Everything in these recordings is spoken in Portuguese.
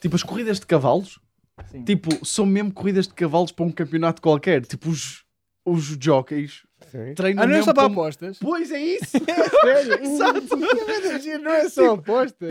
Tipo, as corridas de cavalos, Sim. tipo, são mesmo corridas de cavalos para um campeonato qualquer. Tipo, os, os jockeys Sim. treinam Ah, não é mesmo só para como- apostas? Pois é isso! Sério? Exato. não é só apostas.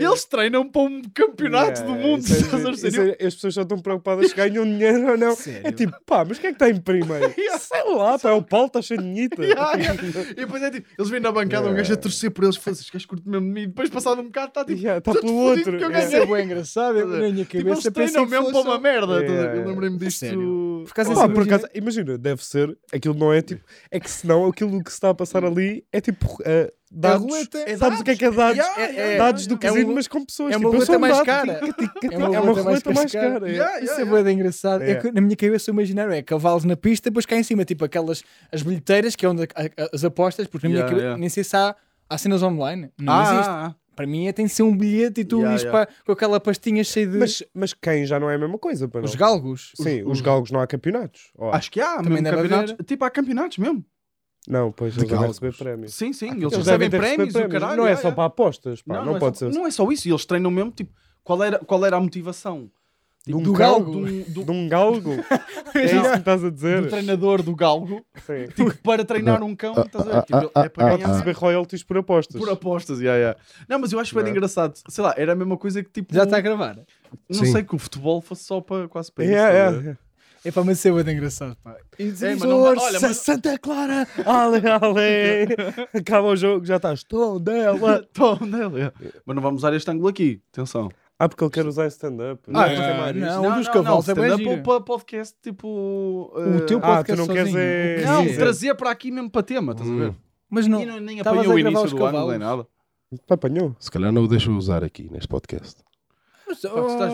Eles treinam para um campeonato do mundo. Isso é estás a giro. perceber? Isso é- as pessoas só estão preocupadas se ganham dinheiro ou não. Sério? É tipo, pá, mas quem é que está em primeiro? Sei lá, pá, é o Paulo, está cheio de nhita. Ya, ya. E depois é tipo, eles vêm na bancada, um gajo a Yeah. torcer por eles, foda-se, este gajo curte mesmo de mim. Depois, passado um bocado, está tipo, Ya, Está tudo pelo fodido outro. que eu ya. Isso é bem engraçado. Eu, na minha tipo eles cabeça pensei treinam que mesmo fosse para uma só- merda. Yeah, estás a ver? Eu yeah. lembrei-me disto. Sério. Por Pá, acaso, essa por imagina- acaso, imagina, deve ser, aquilo não é tipo, é que senão aquilo que se está a passar ali é tipo eh, dados. roleta. Sabes o que é que é dados? Ya, ya, ya. dados do É casino, uma- mas com pessoas. é tipo, uma eu roleta sou um dado, mais Tipo, cara. tica, tica, tica, É uma roleta mais mais cara. cara. ya. Ya, ya, Isso é ya. bué de engraçado. É É. que na minha cabeça imaginaram é cavalos na pista, depois cá em cima, tipo aquelas as bilheteiras que é onde a- a- as apostas, porque na minha Yeah, cabeça yeah. nem sei se há, há cenas online. Não existe. Ah, ah, Para mim é tem de ser um bilhete e tu Yeah, dizes yeah. pá, com aquela pastinha cheia de Mas, mas quem já não é a mesma coisa, para os nós? galgos. Sim, os- os galgos não há campeonatos. Ou ah. há? acho que há Também mesmo deve campeonatos. haver. Tipo, há campeonatos mesmo. Não, pois eles devem galgos. receber prémios. Sim, sim, eles, Eles recebem devem ter prémios, receber o caralho. Não é yeah, só yeah. para apostas, pá, Não, não, não é pode só, ser. assim. Não é só isso, eles treinam mesmo, tipo, qual era, qual era a motivação? De um do galgo. de um- do- De um galgo? é isso que me estás a dizer? do Um treinador do galgo, Sim. tipo, para treinar um cão, estás a ver? Tipo, ah, é para ah, Pode ah. ganhar receber royalties por apostas. por apostas, yeah, yeah. Não, mas eu acho bem ah. Não é? engraçado. Sei lá, era a mesma coisa que tipo, Já tá- está a gravar. não Sim. sei que o futebol fosse só para quase para Yeah, isso. yeah, estás a ver? yeah. É para mas isso é bué de engraçado, pá. E É, mas dizes, não- "Oh, olha, mas- Santa Clara! Ale, ale! Acaba o jogo, já estás tão dela! Tom dela, yeah. Mas não vamos usar este ângulo aqui, atenção. Ah, porque ele quer usar stand-up. Ah, é. quer chamar isto. não, um dos cavalos é bem stand-up giro. ou para podcast tipo. o eh, teu ah, podcast tu não queres sozinho. é- o que Não, Sim. quiser. trazer para aqui mesmo para tema, estás a ver? mas não. E não, nem Estavas apanhou a o gravar início os do ano, nem cavalos. nada. Apanhou. Se calhar não o deixo usar aqui neste podcast.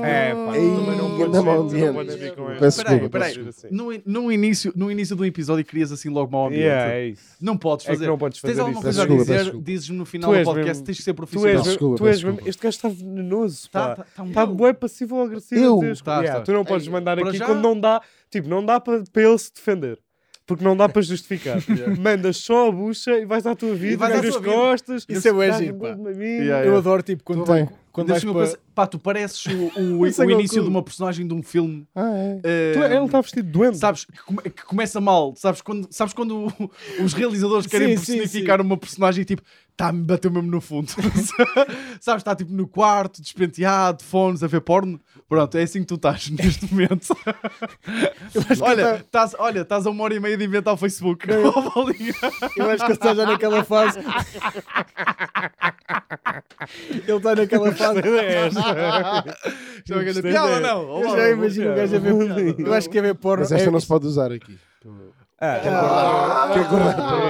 É, pá, Ei, também não podes anda mal ir- não adiante. podes vir com Peço essa. Peraí, desculpa, peraí. peço desculpa. No, in- no início, no início do episódio crias assim logo mau ambiente. Yeah, é isso. Não podes É que fazer. não podes Se tens fazer alguma isso. coisa Desculpa, a dizer, desculpa. dizes no final Tu do és podcast, mesmo- tens de ser Tu profissional. és, Peço desculpa, tu peço és desculpa. Este gajo está venenoso, Tá, pá. tá, tá um Está meu. bué passivo ou agressivo. Eu? a dizer as Tá, tá. coisas. Yeah, Tu não Ei, podes mandar para aqui já- quando não dá. Tipo, não dá para para ele se defender. Porque não dá para justificar. Mandas só a bucha e vais à tua vida, vais à ganhas tua as vida. costas. Isso é bué dás um giro, pá. gol de mamilo. Yeah, Eu yeah. adoro, tipo, quando, Tudo bem. quando vais Deixa-me para... pensar- Pá, tu pareces o, o- Isso é o início loucura. de uma personagem de um filme. Ah, é. eh, Tu- um Ele está vestido de doente. Sabes, que, come- que começa mal, sabes quando, sabes quando o- os realizadores querem Sim, sim, personificar uma personagem e tipo, tá, me bateu mesmo no fundo. sabes, está tipo no quarto, despenteado, fones, a ver porno. Pronto, é assim que tu estás neste momento. olha, tá- estás, olha, estás a uma hora e meia de inventar o Facebook. Vou ligar. Eu acho que ele está já naquela fase. ele está naquela fase. É. Já é uma grande Gostei piada, dessa. não? Olá, Eu olá. já imagino o gajo a ver. Eu acho que a ver porno. Mas esta é- não se pode usar aqui. Ah,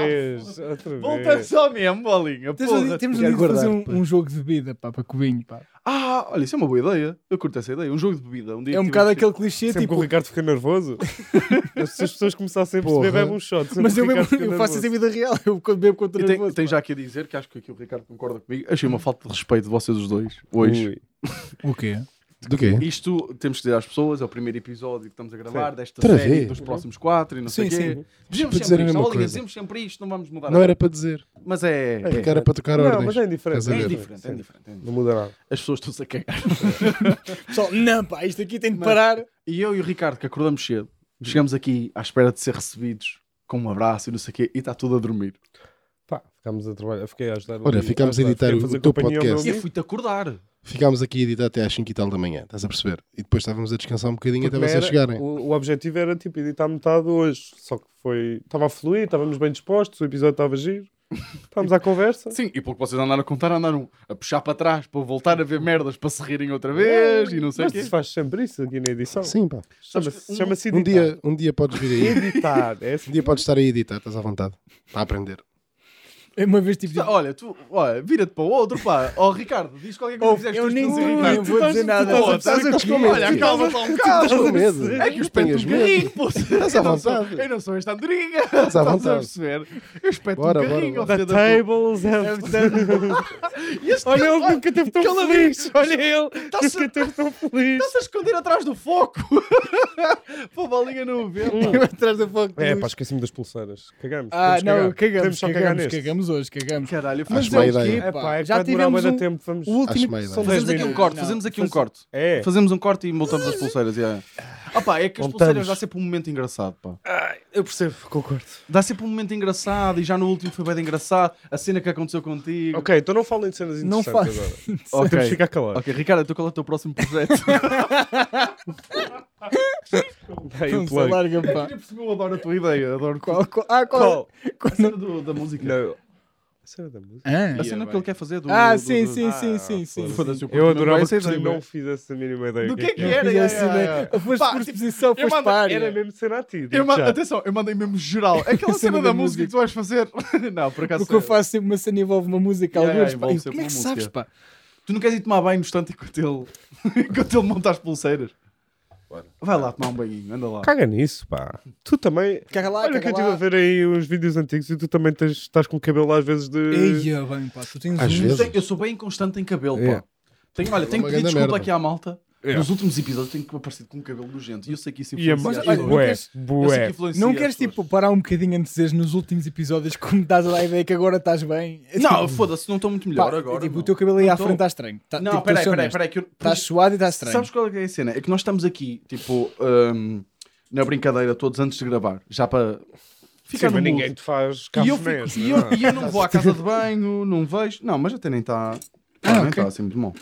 Vez, Ah, outra Voltamos vez. só mesmo, bolinha. Temos porra. ali- um Temos quero ali de fazer guardar, um, um jogo de bebida, pá, para cubinho, pá. Ah, olha, isso é uma boa ideia. Eu curto essa ideia. Um jogo de bebida. Um dia É um que bocado tiver- aquele clichê, Sempre que tipo... o Ricardo fica nervoso, as pessoas- as pessoas começassem a Porra. perceber, bebe um shot. sempre Mas que o eu, bebo, Ricardo fica eu faço isso em nervoso. vida real. Eu quando bebo contra E o tem, nervoso. tem pá. já aqui a dizer que acho que aqui o Ricardo concorda comigo. Achei uma falta de respeito de vocês os dois hoje. Ui. O quê? Do quê? Isto temos que dizer às pessoas, é o primeiro episódio que estamos a gravar desta Outra série vez. dos próximos quatro e não sei o Sim, quê. Dizemos Para dizer sempre a isto, mesma Olinha, coisa. dizemos sempre isto, não vamos mudar. Não nada. era para dizer. Mas é, é, Porque era para trocar Não, ordens. mas é indiferente. Estás a é ver? indiferente, é indiferente, é indiferente. Não muda nada. As pessoas estão-se a cagar. Pessoal, não, pá, isto aqui tem de Mas- parar. E eu e o Ricardo, que acordamos cedo, chegamos aqui à espera de ser recebidos com um abraço e não sei o quê, e está tudo a dormir. Pá, ficámos a trabalhar. Fiquei a ajudar. Olha, ficámos a editar o- o teu podcast. E eu fui-te acordar. Ficámos aqui a editar até às 5 e tal da manhã, estás a perceber? E depois estávamos a descansar um bocadinho até vocês chegarem. O, o objetivo era tipo editar metade hoje. Só que foi. Estava a fluir, estávamos bem dispostos, o episódio estava giro. Estávamos à conversa. Sim, e pelo que vocês andaram a contar, andaram a puxar para trás para voltar a ver merdas para se rirem outra vez e não sei o Mas quê. se faz sempre isso aqui na edição. Sim, pá. Chama-se Um- chama editar. Um dia, um dia podes vir aí. Editar. É assim. Um dia podes estar aí a editar, estás à vontade. Para aprender. Uma vez, tipo... Tá, Olha, tu, olha, vira-te para o outro, pá. Ó, Ricardo, diz qualquer coisa "Oh, que fizeste eu isto, nem não sei, nem Ricardo. vou dizer nada. Pô, estás estás aqui, com medo, olha, tio. acalma lá um bocado. Estás com medo? É que eu Não espeto um tenhas medo. carrinho, pô. Estás à vontade. Eu não sou esta andorinha. Estás à Estás a vontade. perceber? Eu espeto um Bora, bora, carrinho, ó, The filha da puta. tables have E este Olha, ele olha, nunca teve tão feliz. Olha, ele Tá-se- nunca teve tão feliz. Está-se a esconder atrás do foco. Pô, a bolinha não o vê, pá. Eu atrás da foto. É, pá, esqueci-me das pulseiras. Cagamos. Ah, Podemos não, cagar. cagamos, Podemos só cagar cagamos, neste. cagamos fazemos hoje, cagamos. Caralho, eu Acho faço. má é o ideia. quê, pá? Epá, é que já vai demorar tivemos bué de um, tempo. Vamos... o Acho último má ideia. são Fazemos 10 aqui um minutos. corte, Não. fazemos aqui um corte. É. Fazemos um corte e montamos as pulseiras. Yeah. Ah, pá, é que as Montamos. pulseiras dá sempre um momento engraçado, pá. Eu percebo, concordo. Dá sempre um momento engraçado e já no último foi bem engraçado. A cena que aconteceu contigo. Ok, então não falem de cenas Não interessantes faz. agora. Ok. Temos que ficar calados. Ok, Ricardo, então qual é o teu próximo projeto? Dá aí o Não se plug. um larga, pá. eu adoro a tua ideia, adoro Qual, qual, ah, qual? Qual? a cena do- da música. Não. A cena da música. Ah, A cena que ele quer fazer do. Ah, do- sim, do- sim, ah, sim, sim, sim. Foda-se, eu Eu continuo com adorava essa que tu ideia. não fizesse a mínima ideia. Do que é que Não era? fizesse yeah, ideia. yeah, yeah. assim, né? Foste Pá, por tipo, exposição, eu foste né? mando- par. Era mesmo cena a ti. Eu digo ma- já. Atenção, eu mandei mesmo geral. Aquela cena da música que tu vais fazer. Não, por acaso. é- Porque eu faço sempre uma cena e envolve uma música, Yeah, alguns. yeah, pá. envolve E Como é que sempre uma sabes, música. pá? Tu não queres ir tomar banho no instante enquanto ele, enquanto ele monta as pulseiras? Vai lá tomar um banhinho, anda lá. Caga nisso, pá. Tu também. Caga lá, Olha que eu caga estive a lá. ver aí uns vídeos antigos e tu também tens, estás com o cabelo às vezes eh, de. Eia, bem, pá, tu tens Às um- Eu, vezes. É. tenho- eu sou bem inconstante em cabelo, Yeah. pá. Tenho, olha, tenho que uma pedir grande desculpa merda. É. aqui à malta. Yeah. Nos últimos episódios tenho que aparecer com um cabelo nojento. E é eu sei que isso E a influencia. as Mas, olha, pessoas. não bué, queres- eu sei que bué. influencia Não as queres, pessoas. tipo, parar um bocadinho antes de dizeres nos últimos episódios como estás a dar a ideia que agora estás bem? É Não, tipo, foda-se, não estou muito melhor pá, agora. Tipo, meu. o teu cabelo aí Não à tô. frente está estranho. Tá- Não, tipo, peraí, sou peraí, honesto. peraí. que eu- Estás suado e está estranho. Sabes qual é que é a cena? É que nós estamos aqui, tipo, hum, na brincadeira todos antes de gravar, já para Sim, ficar no mas mood. ninguém te E faz eu, carros fico- mesmo. é? e eu- e eu não vou à casa de banho, não vejo. Não, mas até nem está. Ah, nem ok. está assim muito mal.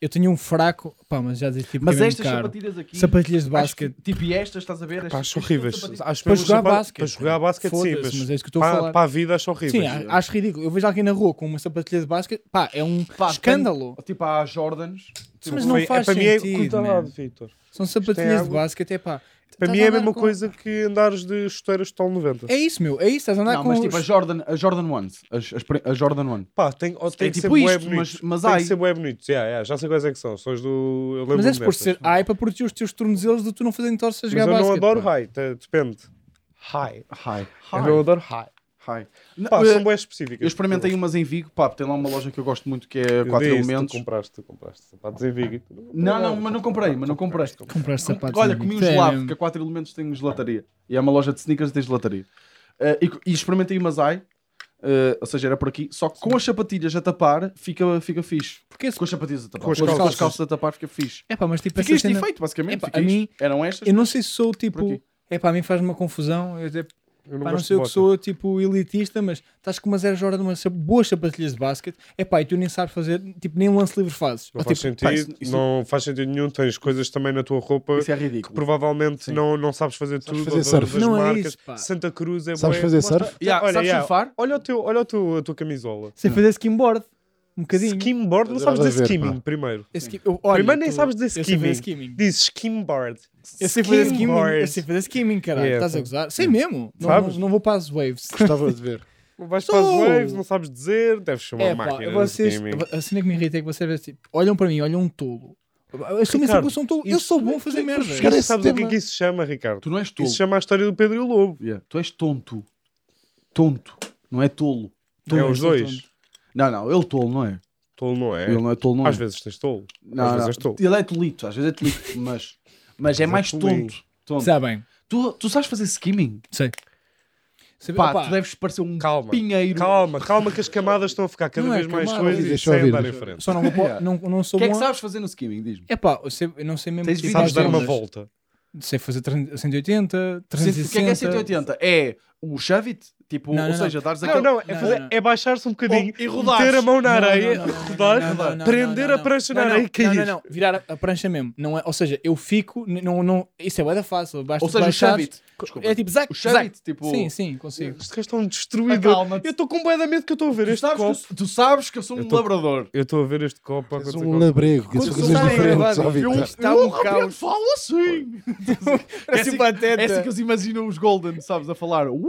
Eu tinha um fraco, pá, mas já disse tipo, Mas que é mesmo estas caro. sapatilhas aqui. Sapatilhas de acho que- basquete. Tipo, e estas, estás a ver? Pá, Estas- acho estas horríveis. são sapatilhas- Acho Para mesmo jogar sapato- basquete. Para jogar basquete, sim, Foda-se, mas. mas é isso que eu estou a para- falar. Para a vida, acho Tipo, Sim, horríveis. a- acho ridículo. Eu vejo alguém na rua com uma sapatilha de basquete, pá, é um Pá, escândalo. tem- tipo, há Jordans. tipo, mas não Foi- faz Para mim é sentido. cuidado, man. Vitor. São Isto é sapatilhas de água. basquete, é pá. Para Estás mim é a andar mesma com- coisa que andares de chuteiras de tal 90. É isso, meu, é isso. Estás a andar Não, com mas os- tipo, a Jordan, a Jordan Ones. As, as pre- a Jordan One. Pá, tem, ou tem É que tipo ser bué isto, mas- bonitos. mas tem há aí. que ser bué bonitos. Yeah, yeah, já sei quais é que são. São os do. Eu lembro Mas é por ser high para proteger os teus tornozelos de tu não fazerem torce a Mas jogar eu não basquete. adoro pá. high, te- depende. High. Hi. Eu não adoro high. Hi. Não, Pá, eh, são bué específicas. eu experimentei umas em Vigo, pá, tem lá uma loja que eu gosto muito que é Eu 4 disse, Tu elementos. compraste, tu compraste sapatos em Vigo. Não, não, mas não comprei, mas não comprei. Compraste sapatos. Olha, amigo. comi um Sério, gelado, mesmo. porque a 4 Elementos tem uma gelataria. E é uma loja de sneakers e tem gelataria. Eh, e, e experimentei umas ai, eh, ou seja, era por aqui, só que com as sapatilhas a tapar fica, fica fixe. Porque esse- Com as sapatilhas a tapar. Com as com as calças. calças a tapar fica fixe. É pá, mas tipo, Fica essa este cena... efeito, basicamente. Epá, fica a isto. mim- Eram estas? Eu não sei se sou Por tipo. aqui. É pá, a mim faz-me uma confusão. Eu até, pá, Eu não, gosto sei de o que bota. sou tipo elitista, mas estás com uma zero hora de uma sa- boas sapatilhas de basquete. É pá, e tu nem sabes fazer, tipo, nem um lance livre fazes. Não Ou, faz tipo, sentido, pá, isso- isso- é- não faz sentido nenhum. Tens coisas também na tua roupa Isso é que ridículo. provavelmente Sim. não, não sabes fazer tudo. fazer ou surf. todas as Não é marcas. isso, pá. Santa Cruz é Sabes bué- fazer surf? Yeah, Olha, sabes yeah. surfar? Olha, o teu, olha o teu, a tua camisola. sem fazer skimboard. Um bocadinho. Skimboard, não Não sabes dá a dizer ver, pá. skimming primeiro. Eu skim- eu- olha, primeiro nem tu- sabes dizer Eu sei fazer skimming. skimming. Dizes skimboard. Eu sei fazer skimming. Skimboard. Eu sei fazer skimming, caralho. Yeah, Estás a tá. gozar? Sei mesmo. Não, Sabes? não- não vou para as waves. Gostava de ver. Não vais para as Sou. waves, não sabes dizer, deves chamar É uma pá, máquina. de vocês. skimming. A cena que me irrita é que vocês tipo, olham para mim, olham um tolo. Assumem sempre que eu sou um tolo. Eu sou bom a fazer merda. buscar Isso Esse sabes o que é tema- que isso se chama, Ricardo? Tu não és tolo. Isso é- se chama a história do Pedro e o Lobo. Yeah, Tu és tonto. Tonto. Não é tolo. é Tolo. os dois. Não, não, ele tolo, não é? Tolo não é? Ele não é tolo, não é? Às vezes tens tolo. Não, às vezes não. és tolo. Ele é tolito, às vezes é tolito, mas, mas é Mas é mais tolito. tonto. tonto. Sabem? Tu, tu sabes fazer skimming? Sei. Sabe- Pá, opá, tu deves parecer um Calma. pinheiro. Calma, calma que as camadas estão a ficar cada Não é vez mais camada. coisas e Deixa sem eu ouvir, andar em deixa eu frente. Só não, vou pôr- Yeah. não, não O sou que é que bom. a- sabes fazer no skimming? Diz-me. É pá, eu, sei- eu não sei mesmo. Tens tipo, vídeos Sabes Sim, dar uma mas- volta. Sei fazer tran- 180, O 360. que é que é 180? É o shavit? Tipo, Não, não, ou não. seja, dares Não, aquele... não, é, Não, fazer- não. é baixar-se um bocadinho, Oh, e rodares. meter a mão na Não, não, areia, não, não, não, rodar, não, não, não, prender não, a prancha não, na não, areia e cair. Não, não, não. Virar a, a prancha mesmo. Não é, ou seja, eu fico. n- Não, não, isso é bué da fácil. Basta Ou seja, o baixares. shavit. Desculpa. É tipo zac, O shavit, zac. tipo... Sim, sim, consigo. Este gajo está um destruidor. Acalma-te. Eu estou com um bué de medo que eu estou a ver Tu este sabes, copo. que eu, tu sabres que eu sou um Eu tô- labrador. Eu estou a ver este copo. a És acontecer um com- labrego, que são Quando coisas sai, diferentes, é ó Eu, Vitor. está um caos. falo assim. É assim, pateta. é assim que eles imaginam os Golden, sabes, a falar. "Uou!"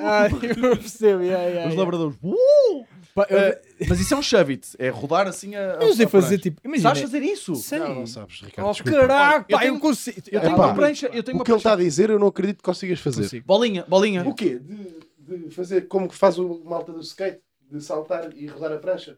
Ah, eu percebo. Yeah, yeah, Os yeah. labradores. "Uou!" Pá, eu- Eh, mas isso é um shavit. É rodar assim a. Eu não sei a fazer prancha. tipo. Imagina. Sabes fazer isso? Sei. Não, não sabes, Ricardo. Oh, desculpa. caraca, Eu pá, tenho- eu consigo. Eu tenho Epá. uma prancha. Eu tenho uma O que ele prancha. está a dizer, eu não acredito que consigas fazer. Consigo. Bolinha, bolinha. O quê? De, de fazer como que faz o malta do skate? De saltar e rodar a prancha?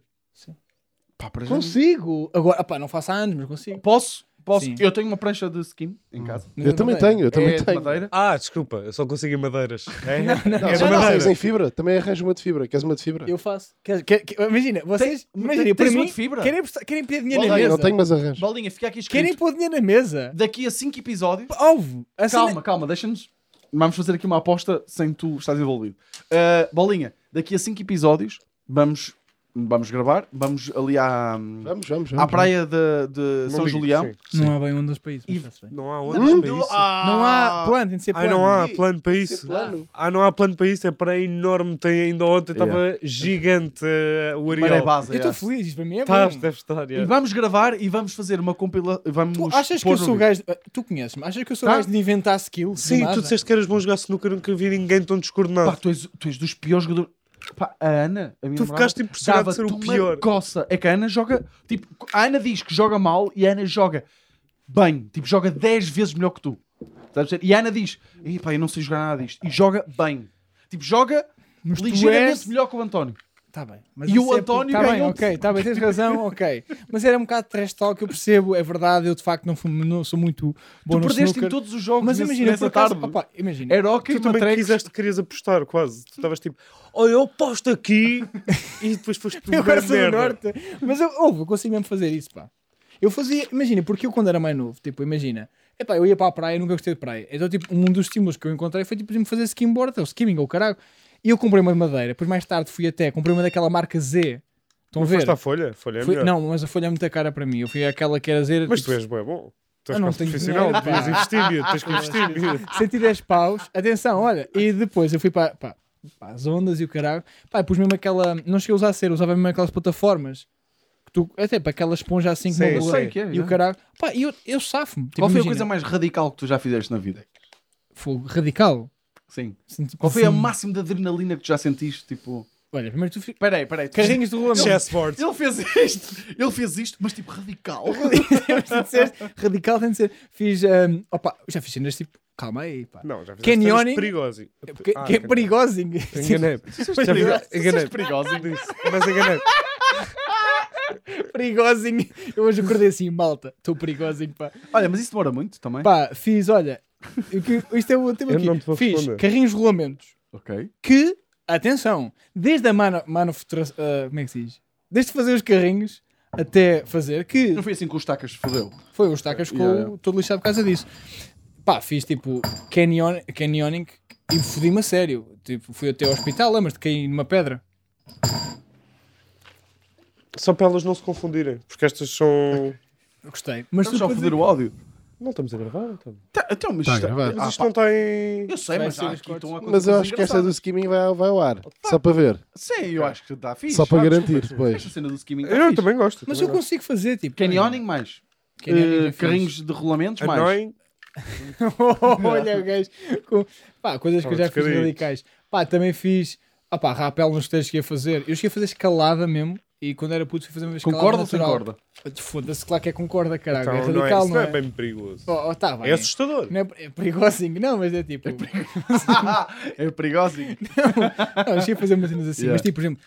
Pá, para já- Consigo. Agora, ah, pá, não faço há anos, mas consigo. Posso? Posso- Sim. Eu tenho uma prancha de skin em casa. Hum, Eu também tenho, eu também é de tenho. madeira. Ah, desculpa, eu só consigo em madeiras. É? Não, É se não madeira. tens em fibra, também arranjo uma de fibra. Queres uma de fibra? Eu faço. Quer- quer- quer- imagina, vocês. Tem- imagina, tem- para tens uma mim. de fibra? Querem, apostar- querem pedir dinheiro Não na tenho, mesa. não tenho, mas arranjo. Bolinha, fica aqui escrito. Querem pôr dinheiro na mesa. Daqui a 5 episódios. Alvo. a cena- Calma, calma, deixa-nos. Vamos fazer aqui uma aposta sem tu estás envolvido. Uh, bolinha, daqui a 5 episódios vamos, vamos gravar. Vamos ali à, Vamos, vamos, vamos. à praia de, de São Não digo, Julião. sim. Não há bem um dos países. E- mas está-se bem. Não há ondas para isso. Não Ah, há plano, tem de ser Ai, plano. é não há Sim. plano para isso. Ah, não há plano para isso. É para enorme. Tem ainda ontem. Estava gigante eh, o Maré Ariel. Tá, Baza, Eu estou é. feliz, isto para mim é Estás, bom. deve estar. E Yeah. vamos gravar e vamos fazer uma compilação. Tu achas que eu sou o gajo. de- Tu conheces-me, achas que eu sou o Tá. gajo de inventar skills? Sim, tu disseste que eras bom jogar snooker. Nunca vi ninguém tão descoordenado. Pá, tu és, tu és dos piores jogadores. Pá, a Ana, a minha Tu namorada, ficaste impressionado dava-te de ser o uma pior. Coça. É que a Ana joga. Tipo, a Ana diz que joga mal e a Ana joga bem. Tipo, joga 10 vezes melhor que tu. Estás a perceber? E a Ana diz: "Ih, pá, eu não sei jogar nada disto. E joga bem. Tipo, joga Mas tu ligeiramente és- melhor que o António. Tá bem. Mas E isso o é- António tá bem, ganhou-te. ok, está bem, tens razão, ok. Mas era um bocado de trash talk, eu percebo, é verdade, eu de facto não, fui, não sou muito bom Tu no perdeste em snooker. todos os jogos Mas nesse- imagina, nessa por acaso, tarde. opa, imagina. Era ok, Tu também matrex. quiseste, querias apostar quase. Tu estavas tipo, olha, eu aposto aqui e depois foste tu Eu ver agora sou do merda. norte. Mas eu, ouve, eu consigo mesmo fazer isso, pá. Eu fazia, imagina, porque eu quando era mais novo, tipo, imagina, epá, eu ia para a praia, eu nunca gostei de praia. Então, tipo, um dos estímulos que eu encontrei foi, tipo, por exemplo, fazer skimboard, ou skimming, ou caralho. E eu comprei uma de madeira, depois mais tarde fui até, comprei uma daquela marca Z. Estão a ver? Foste à folha? Folha é Fui- melhor. não, mas a folha é muito cara para mim. Eu fui àquela que era tipo, zero. Mas tu és bué bom. Tu és Ah, não quase tenho profissional. dinheiro, Devias pá. investir, miúdo. Tens que investir. miúdo. 110 paus. Atenção, olha. E depois eu fui para, pá, para as ondas e o caralho. Pá, pus mesmo aquela. Não cheguei a usar a cera, usava mesmo aquelas plataformas. Que tu, até para aquela esponja assim com Sim, uma Eu eu bola. sei o que é. E o já. caralho. Pá, eu, eu safo-me. Tipo, Qual foi a imagina, coisa mais radical que tu já fizeste na vida? Fogo radical. Sim. Assim, tipo, Qual foi a assim, máxima de adrenalina que tu já sentiste? Tipo, Olha, primeiro tu. fi- peraí, peraí. tu- Carrinhos de rolamento. Chessboard. Ele fez isto, ele fez isto, mas tipo radical. Disseste, radical tem de ser. Fiz. hum, opa, já fiz cenas tipo. Calma aí, pá. Não, já fizeste Canyoning. cenas perigosi- Porque- Ah, que é canyoning. Tipo, perigosinho. Enganei. Já fizeste- Enganei. perigoso disso. Mas enganei. perigosinho. Eu hoje acordei assim, malta. Estou perigosinho, pá. Olha, mas isso demora muito também. Pá, fiz, olha, o que- isto é o tema Eu não te aqui. vou Fiz responder. carrinhos de rolamentos Ok. que, atenção, desde a mano, manufatura- ah, como é que se diz? Desde fazer os carrinhos até fazer, que Não foi assim que os tacas fodeu. foi um os tacas com Yeah, yeah. todo lixado por causa disso. Pá, fiz tipo canyon, canyoning e fodi-me a sério. Tipo, fui até ao hospital, lembras-te, caí numa pedra. Só para elas não se confundirem. Porque estas são... Eu Gostei. Mas Estamos só a depois- foder o áudio. Não estamos a gravar, então. Tá, Então, mas Tá isto- gravado. Ah, Mas isto pá, não está em... Ah, Eu sei, Vai mas ser há os aqui cortes. estão a Mas eu acho que é esta do skimming vai, vai ao ar. Só para ver. Sim, eu acho que dá fixe. Só para Ah, garantir desculpa, depois. Esta cena do skimming tá Eu fixe. também gosto. Mas eu também consigo fazer, tipo. Canyoning mais. Canyoning Eh, é fixe. carrinhos de rolamentos gosto. mais. Annoying. Olha o gajo. Com... Pá, coisas que eu São já fiz descaridos. radicais. Pá, também fiz. Ah, pá, rapel nos treinos que ia fazer. Eu cheguei a fazer escalada mesmo. E quando era puto, fui fazer uma escalada. Concorda ou sem natural. corda? Foda-se, claro que é concorda, caralho. Então, é não é, radical, isso não não é? é bem perigoso. Oh, oh, tá bem. É assustador. Não é, é perigosinho, não, mas é tipo. é perigoso. não, cheguei a fazer umas cenas assim. Yeah. Mas tipo, por exemplo,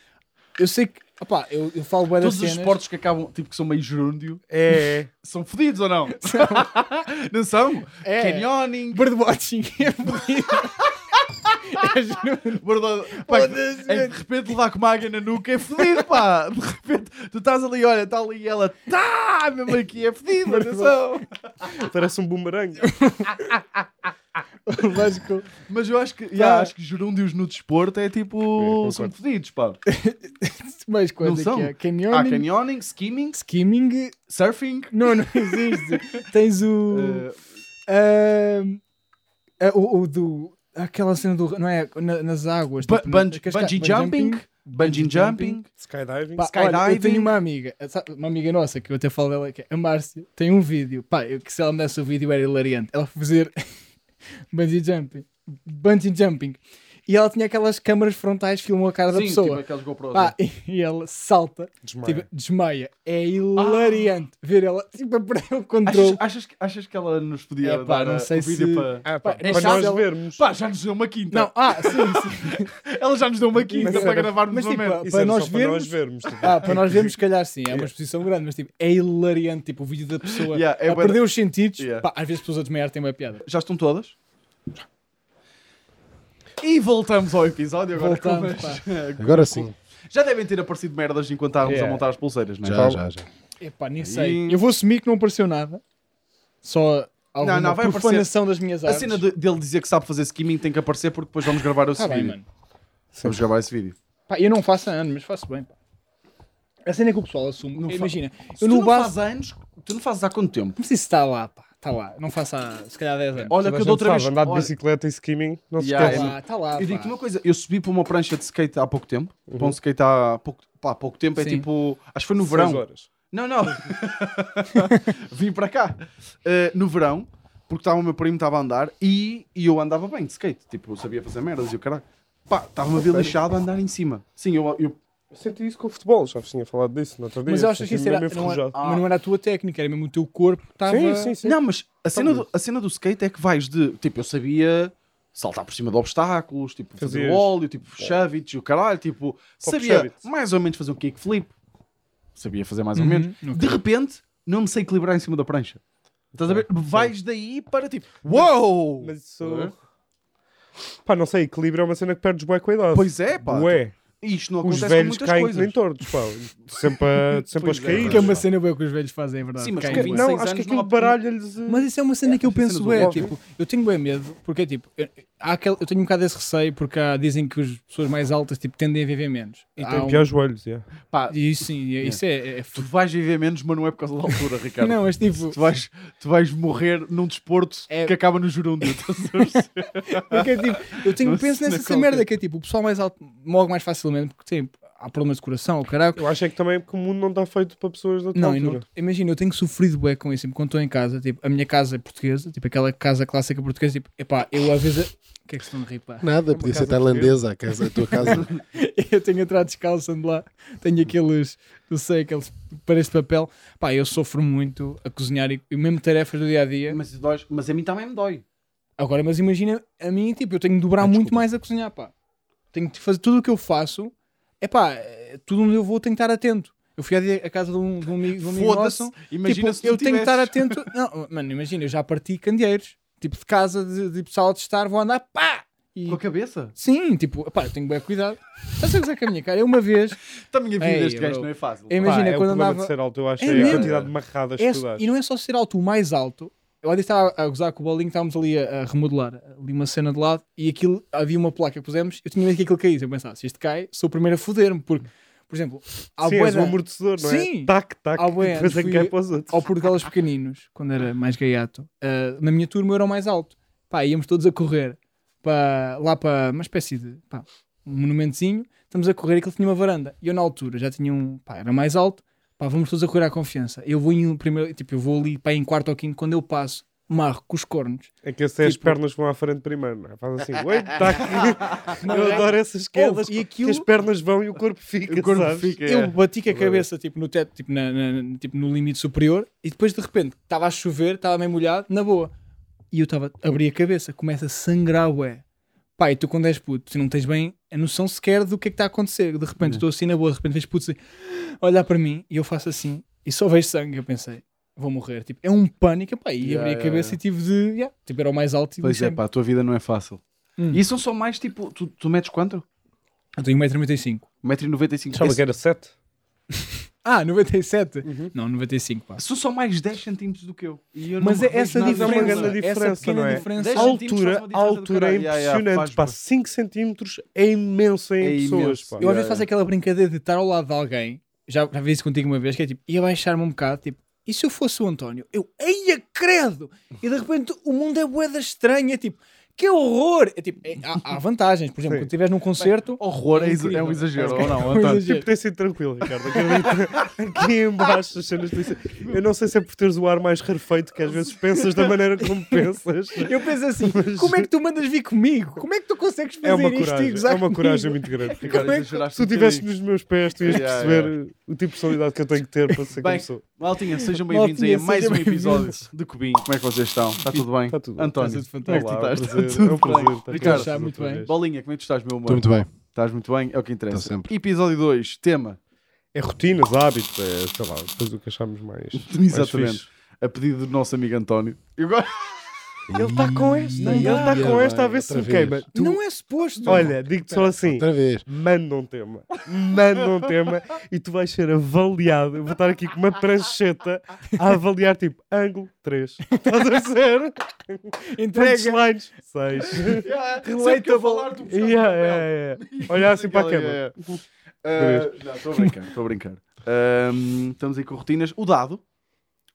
eu sei que. Opá, eu, eu falo bem das Todos os cenas. esportes que acabam, tipo, que são meio gerúndio, É... são fodidos ou não? não são? É. Canyoning, Birdwatching é bonito. é juro. Verdade. Pá, Foda-se, é que de repente levar com uma águia na nuca é fedido, pá. De repente, tu estás ali, olha, está ali e ela, tá, mesmo aqui é fedido, atenção. Parece um bumerangue. Lógico. Mas eu acho que, yeah, Pá. acho que gerúndios no desporto é tipo, É, são concordo. fedidos, pá. Mais Não coisa são? que é. Há Canyoning. canyoning, skimming, Skimming. surfing, Não, não existe. Tens o. eh, ahm, ah, o, o do. Aquela cena do. Não é? Na- nas águas. bu- tipo, na- bungee, casca- bungee jumping, bungee jumping. Skydiving. Pá, olha, eu skydiving. tenho uma amiga, sabe, uma amiga nossa que eu até falo dela, que é a Márcia, tem um vídeo, pá, eu, que se ela me desse o vídeo era hilariante. Ela foi fazer bungee jumping, bungee jumping, e ela tinha aquelas câmaras frontais que filmam a cara da Sim, tipo pessoa. aqueles GoPros. Pá, e, e ela salta, Desmaia. tipo, desmaia. É hilariante ver ela tipo, a perder o controle. Achas, achas que, achas que ela nos podia É, pá, dar não uh, sei o vídeo se- para... Ah, pá, Pá, para é nós chato. vermos. Pá, já nos deu uma quinta. Não, ah, sim, sim. Ela já nos deu uma quinta Mas para era- gravarmos mas, uma tipo, merda. Para Isso era nós só para vermos- nós vermos. tipo. Ah, para nós vermos, se calhar sim, é uma exposição grande, mas tipo, é hilariante, tipo, o vídeo da pessoa Yeah, é a bué- perder os sentidos. Yeah. Pá, às vezes pessoas a desmaiar têm uma piada. Já estão todas? E voltamos ao episódio agora. Voltamos, com as- Agora sim. Já devem ter aparecido merdas enquanto estávamos Yeah. a montar as pulseiras, não é? Já, já, já. Epá, nem Aí- sei. Eu vou assumir que não apareceu nada. Só alguma não, vai aparecer- profanação das minhas A artes. cena de- dele dizer que sabe fazer skimming tem que aparecer porque depois vamos gravar esse Tá bem, vídeo. mano. vamos gravar esse vídeo. Pá, eu não faço há anos, mas faço bem, pá. A cena é que o pessoal assume, Não fa- imagina, Se tu eu no não base... fazes há anos, tu não fazes há quanto tempo? Não sei se está lá, pá. Está lá. Não faço há, se calhar, 10 anos. Olha que eu Toda a da gente outra vez. sabe, Andar de olha, bicicleta e skimming, não se Yeah, Está esquece. lá, está eu lá, Ah, pá. Uhum. digo-te uma coisa, eu subi para uma prancha de skate há pouco tempo. Para um skate há pouco, pá, há pouco tempo, é Sim. tipo. Acho que foi no Seis verão. horas. Não, não. Vim para cá eh, no verão, porque estava o meu primo estava a andar e, e eu andava bem de skate. Tipo, eu sabia fazer merdas e o caralho. Pá, estava-me a ver lixado a andar em cima. Sim, eu. eu Eu senti isso com o futebol, já vos tinha falado disso no outro dia. Mas eu acho que isso senti-me era, é mesmo não, é Ah, era, enferrujado. mas não era a tua técnica, era mesmo o teu corpo que estava... Sim, sim, sim. não, mas a cena, do, a cena do skate é que vais de. Tipo, eu sabia saltar por cima de obstáculos, tipo, fazer Fazias. o óleo, tipo, shovits e o caralho. Tipo, sabia shovits. mais ou menos fazer um kickflip. Sabia fazer mais ou menos. Uhum, De repente, não me sei equilibrar em cima da prancha. Estás a ver? Vais daí para tipo. Uou! Mas Hã? é? isso... Pá, não sei, equilíbrio é uma cena que perdes bué com a idade. Pois é, pá. Bué. Isto então não acontece Os com velhos muitas caem coisas. nem tortos, pá. Sempre a, sempre Pois aos é. caídos. Que é uma cena boa que os velhos fazem, é verdade. Sim, mas Caem que- bué. com Não, 16 acho que anos aquilo não há- baralha-lhes... a- Mas isso é uma cena que eu cenas penso, do ué, óbvio. tipo, eu tenho bem medo, porque é tipo, eu, há aquele, eu tenho um bocado desse receio, porque há, dizem que as pessoas mais altas tipo, tendem a viver menos. E há Tem um- piores joelhos, é. yeah. Pá, E isso sim, é- isso é, é, é tu fudido. vais viver menos, mas não é por causa da altura, Ricardo. Não, mas tipo, Tu vais, tu vais morrer num desporto É. que acaba no Jurundi. tá estás a ver? porque é tipo, eu tenho, Não penso sei nessa na essa merda que é tipo, o pessoal mais alto morre mais facilmente, porque tem, há problemas de coração, o caralho. Eu acho é que também porque o mundo não está feito para pessoas da tua Não, e não- altura. imagina, eu tenho sofrido bué com isso, tipo, quando estou em casa, tipo, a minha casa é portuguesa, tipo, aquela casa clássica portuguesa, tipo, epá, eu às vezes... O que é que se estão a rir, pá? Nada, podia ser tailandesa a, casa, a tua casa. eu tenho entrado descalço, ando lá, tenho aqueles, não sei, aqueles para este papel. Pá, eu sofro muito a cozinhar e, e mesmo tarefas do dia a dia. mas, isso dói- mas a mim também me dói. Agora, mas imagina, a mim, tipo, eu tenho de dobrar Ah, muito desculpa. mais a cozinhar, pá. Tenho de fazer tudo o que eu faço, é pá, é, tudo onde eu vou tenho que estar atento. Eu fui à dia- à casa de um, de um amigo, de um amigo Foda-se. nosso, Imagina tipo, se tu eu tenho que estar tivesses- atento. Não, mano, imagina, eu já parti candeeiros, tipo, de casa, de, de sala de estar, vou andar, pá! E, Com a cabeça. sim, tipo, pá, eu tenho bem cuidado. Estás a gozar com a minha cara? Eu uma vez, Também a vida Ei, deste gajo bro. não é fácil. eu Pá, imagina, é o quando problema andava. de ser alto, eu acho, É é, a mesmo. quantidade de marradas É- que tu dás. e não é só ser alto, o mais alto. Eu ali estava a gozar com o bolinho, estávamos ali a, a remodelar ali uma cena de lado e aquilo, havia uma placa que pusemos, eu tinha medo que aquilo caísse. Eu pensava, "Ah, se isto cai, sou o primeiro a foder-me, porque, por exemplo, há Sim, és um boeda, amortecedor, não é? Sim. Tac, tac, Há bué e depois é que anos cai fui- para os outros. ao Portugalas pequeninos, quando era mais gaiato, ah, na minha turma eu era o mais alto. Pá, íamos todos a correr para, lá para uma espécie de, pá, um monumentozinho, estamos a correr e aquilo tinha uma varanda. E eu na altura já tinha um, pá, era mais alto, pá, vamos todos a correr à confiança. Eu vou em primeiro, tipo, eu vou ali, pá, em quarto ou quinto, quando eu passo, marro com os cornos. É que esse é as Tipo- pernas vão à frente primeiro, não é? Faz assim, oi, tac. Eu adoro essas quedas. Ouve, e Que aquilo, as pernas vão e o corpo fica, é. O corpo sabes? fica. é. eu bati com a cabeça, tipo, no teto, tipo, na- na- tipo, no limite superior, e depois de repente, estava a chover, estava meio molhado, na boa. E eu estava, abri a cabeça, começa a sangrar, ué. Pá, e tu quando és puto, tu não tens bem a noção sequer do que é que está a acontecer. De repente, estou assim na boa, de repente vejo putos assim, olhar para mim, e eu faço assim, e só vejo sangue, eu pensei. Vou morrer, tipo, é um pânico, pá, e Yeah, abri a yeah, cabeça yeah. e tive de, yeah, tipo, era o mais alto e Pois é, lixei-me. pá, a tua vida não é fácil. Hum. E são só mais tipo. Tu, tu metes quanto? Eu tenho 1,35m. 1,95m. Achava que era 7. Ah, 97? Uhum. Não, 95, pá. São só mais 10 centímetros do que eu. E eu Mas não é essa vejo nada. É uma diferença, grande essa diferença, pequena não é? diferença. Dez A centímetros faz uma altura, a diferença do altura é caralho. Ya, ya, faz, impressionante. Pá, bro. 5 centímetros é imenso É em pessoas. imenso. pá. Eu às Yeah, vezes faço yeah. aquela brincadeira de estar ao lado de alguém, já, já vi isso contigo uma vez, que é tipo, ia baixar-me um bocado, tipo, e se eu fosse o António? Eu, eia credo! E de repente o mundo é boeda estranha, tipo, que horror! É tipo, é- há, há vantagens, por exemplo, Sim. quando estiveres num concerto. Horror é, exa- incrível. é um exagero, ou não, um António? exagero. Tipo, tem sido tranquilo, Ricardo. Acredita. Aqui em baixo as cenas têm sido- Eu não sei se é por teres o ar mais rarefeito que às vezes pensas da maneira como pensas. Eu penso assim, como é que tu mandas vir comigo? Como é que tu consegues fazer É uma isto? e coragem. gozar É uma comigo? coragem muito grande, Ricardo. é Ricardo, exageraste Se tu um estivesse bocadinho. nos meus pés, tu ias Yeah, perceber o tipo de personalidade que eu tenho que ter para ser Bem, como sou. Maltinha, sejam bem-vindos aí Maltinha, a mais sejam um episódio bem-vindos. de Cubim. Como é que vocês estão? Está tudo bem? Está Tá tudo bem. António, Está tudo como é que tu Olá, estás? é Está um prazer, tudo é um prazer bem? estar Ricardo, contigo muito outra bem. vez. Bolinha, como é que tu estás, meu amor? Estou muito bem. Estás muito bem? É o que interessa. Estou sempre. Episódio 2, tema. É rotinas, hábitos, é, sei lá, depois o que achamos mais. mais Exatamente. fixe. A pedido do nosso amigo António. Eu gosto- Ele está com esta, ele está Ia com esta a bem, ver se outra me queima. vez. Tu- Não é suposto. olha, digo-te só assim: Outra vez. manda um tema, manda um tema e tu vais ser avaliado. Eu vou estar aqui com uma prancheta a avaliar, tipo, ângulo 3. Estás a ser? entrega. Punchlines 6. Sempre que eu falar, tu buscas o Yeah, papel. yeah, yeah. Olha assim para a Aquela, câmera. yeah, yeah. Ah, não, Estou a brincar, estou a brincar. Ahm, estamos aí com rotinas. O dado.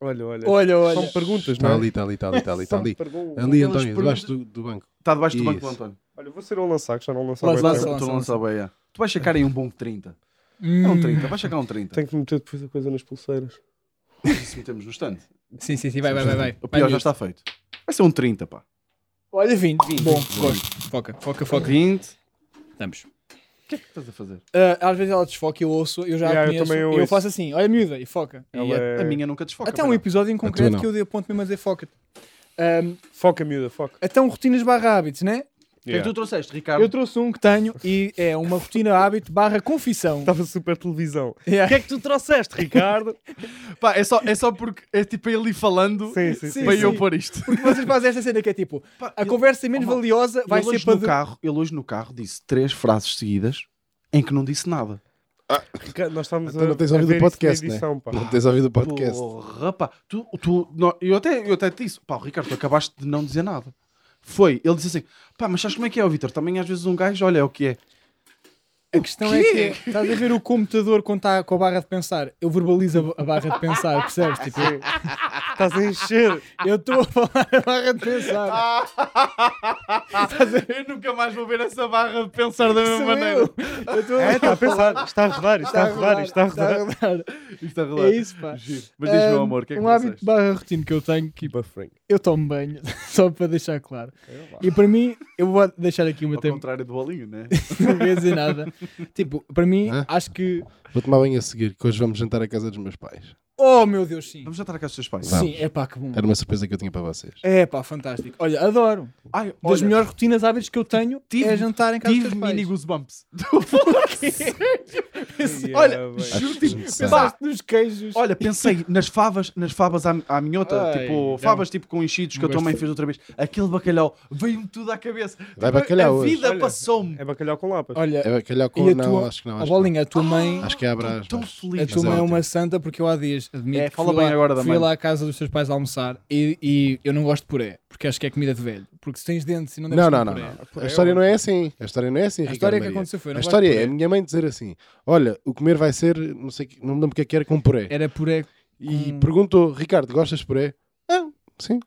Olha, olha. Olha, São olha. perguntas, não é? Está Tá ali, está ali, está ali, está ali. Está São ali, perguntas. ali Aquelas António, debaixo do, do banco. Está debaixo do banco do Isso. António. Olha, vou ser um lançar, que já não lançava. Lança, Mas lança, tu não lança. sabes, é. Tu vais checar em um bom 30. É um Hum. 30, vais checar um 30. Tenho que meter depois a coisa nas pulseiras. Isso metemos no estante. Sim, sim, sim, vai, vai, vai. vai. O pior Vai, já miúdo. está feito. Vai ser um 30, pá. Olha, 20. 20. Bom, gosto. Foca, foca, foca. 20. Estamos. O que é que estás a fazer? Ah, às vezes ela desfoca e eu ouço, eu já Yeah, a eu conheço. também eu, ouço. faço assim, olha miúda, e foca. E Ela é- é... A minha nunca desfoca. Até um pá, episódio em concreto não. que eu dei a ponto mesmo a dizer foca. Ahm, Foca, miúda, foca. então, rotinas barra hábitos, né? não. O que é que tu trouxeste, Ricardo? Eu trouxe um que tenho e é uma rotina hábito barra confissão. Estava super televisão. O que Yeah. é que tu trouxeste, Ricardo? Pá, é só, é só porque é tipo ele falando sim, sim, sim. para sim. eu pôr isto. Porque vocês fazem esta cena que é tipo, Pá, a ele- conversa menos Oh, mano, valiosa vai ele ser hoje um para... no de- carro, ele hoje no carro disse três frases seguidas em que não disse nada. Ricardo, nós estávamos Então a não tens a ouvido ver o isso na podcast, né? edição, pá. Não tens ouvido o podcast. Porra, pá. Tu, tu, não, eu, até, eu até te disse, pá, Ricardo, tu acabaste de não dizer nada. Foi, ele disse assim, pá, mas sabes como é que é, ó, Vitor? Também às vezes um gajo, olha, é o que é. A questão é que estás a ver o computador quando está com a barra de pensar. Eu verbalizo a a barra de pensar, percebes? Tipo, eu- Estás a encher. eu estou a falar a barra de Ah, pensar. Eu nunca mais vou ver essa barra de pensar da Sou eu. Eu estou É, a está a pensar. Está a rodar, isto está a rodar, isto está a Está a rodar. rodar. Isto é É relógio. isso, pá. Giro. Mas diz, meu Um, amor, o que é que Um hábito disseste? barra rotina que eu tenho que tipo, Buffering. eu tomo banho, só para deixar claro. E para mim, eu vou deixar aqui uma Ao tempo, contrário do bolinho, né? não quer dizer nada. Tipo, para mim, Hã? acho que. Vou tomar banho a seguir, que hoje vamos jantar à casa dos meus pais. Oh meu Deus, sim. Vamos jantar a casa dos teus pais. Vamos. Sim, é pá, que bom. Era uma surpresa que eu tinha para vocês. É pá, fantástico. Olha, adoro. Ai, olha, Das melhores rotinas hábitos que eu tenho Tive- é jantar em casa dos tive teus pais. mini goosebumps. Olha, Yeah, bem. Juro-te, tipo, que não sei. pá, pensaste nos queijos. Olha, pensei nas favas, nas favas à, à minhota, Ai, tipo, não. favas tipo com enchidos que a Não tua gosto. mãe fez outra vez. Aquele bacalhau veio-me tudo à cabeça. Vai Tipo, bacalhau A hoje. vida Olha, passou-me. É bacalhau com lapas. Olha, É calhar com. e a Não, tua- acho que não. a Acho, bolinha, a tua mãe. que- acho que é abraço. Tão feliz. A tua Mas é mãe é ótimo. uma santa porque eu há dias admito É, que fala fui, bem lá, agora da fui mãe. lá à casa dos teus pais almoçar e, e eu não gosto de puré, porque acho que é comida de velho. Porque se tens dentes e não deves Não, comer não, não, puré. não. A história não é assim. A história não é assim, A Ricardo história que Maria. aconteceu foi, eu A não gosto história de é a puré. minha mãe dizer assim: Olha, o comer vai ser, não sei, que- não me lembro o que é que era, com puré. Era puré. E com- perguntou: Ricardo, gostas de puré? Ah, sim.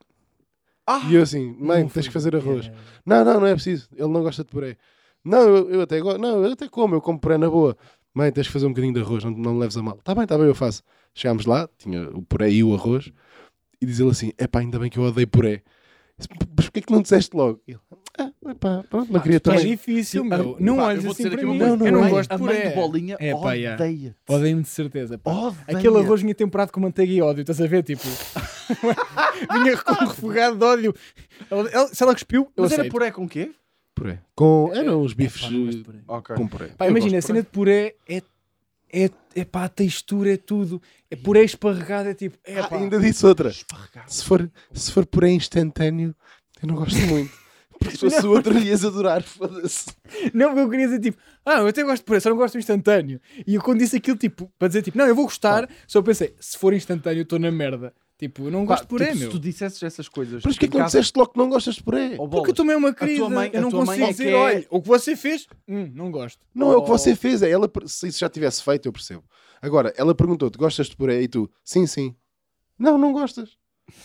Ah! E eu assim: Mãe, Não tens foi que fazer bem. arroz. Não, não, não é preciso. Ele não gosta de puré. Não, eu, eu até gosto. Não, eu até como, eu como puré na boa. Mãe, tens que fazer um bocadinho de arroz, não, não me leves a mal. Tá bem, tá bem, eu faço. Chegámos lá, tinha o puré e o arroz, e diz ele assim: Epá, ainda bem que eu odeio puré. Disse, Mas porquê que não disseste logo? Ele, ah, epá, pronto, não queria É também. difícil, Sim, meu. ah, Não pá, olhes eu vou assim dizer para aqui mim. uma coisa. eu Não, não, não, gosto de a mãe puré. de bolinha É, pá, yeah. odeia-te. Odeio-me de certeza. pá. Odeia-te. Aquele arroz vinha temperado com manteiga e ódio, estás a ver? Tipo, vinha com um refogado de ódio. Ela- ela- se ela cuspiu, eu Mas era aceito. puré com quê? Puré. Com, eram os bifes Pá, não gosto de puré. Ok. com puré. Pá, Eu imagina, a gosto de cena de puré é, é, é pá, a textura é tudo. É puré esparregado, é tipo, é puré. pá. Ah, ainda disse outra. Esparregado. Se for, se for puré instantâneo, eu não gosto muito. Porque se fosse outro, ias adorar, foda-se. Não, porque eu queria dizer tipo, ah, eu até gosto de puré, só não gosto do instantâneo. E eu quando disse aquilo, tipo, para dizer tipo, não, eu vou gostar, só pensei, se for instantâneo, eu estou na merda. Tipo, eu não Pá, gosto de puré, tipo, meu. Se tu dissesses essas coisas. Mas porquê em que não casa- disseste logo que não gostas de puré? Ou Porque eu bolas? também é uma tua querida, mãe- a eu não tua mãe consigo é dizer, que é- olha, o que você fez, hum, não gosto. Não é o que Oh. você fez, é ela. per- Se isso já tivesse feito, eu percebo. Agora, ela perguntou-te: gostas de puré? E tu, sim, sim. Não, não gostas.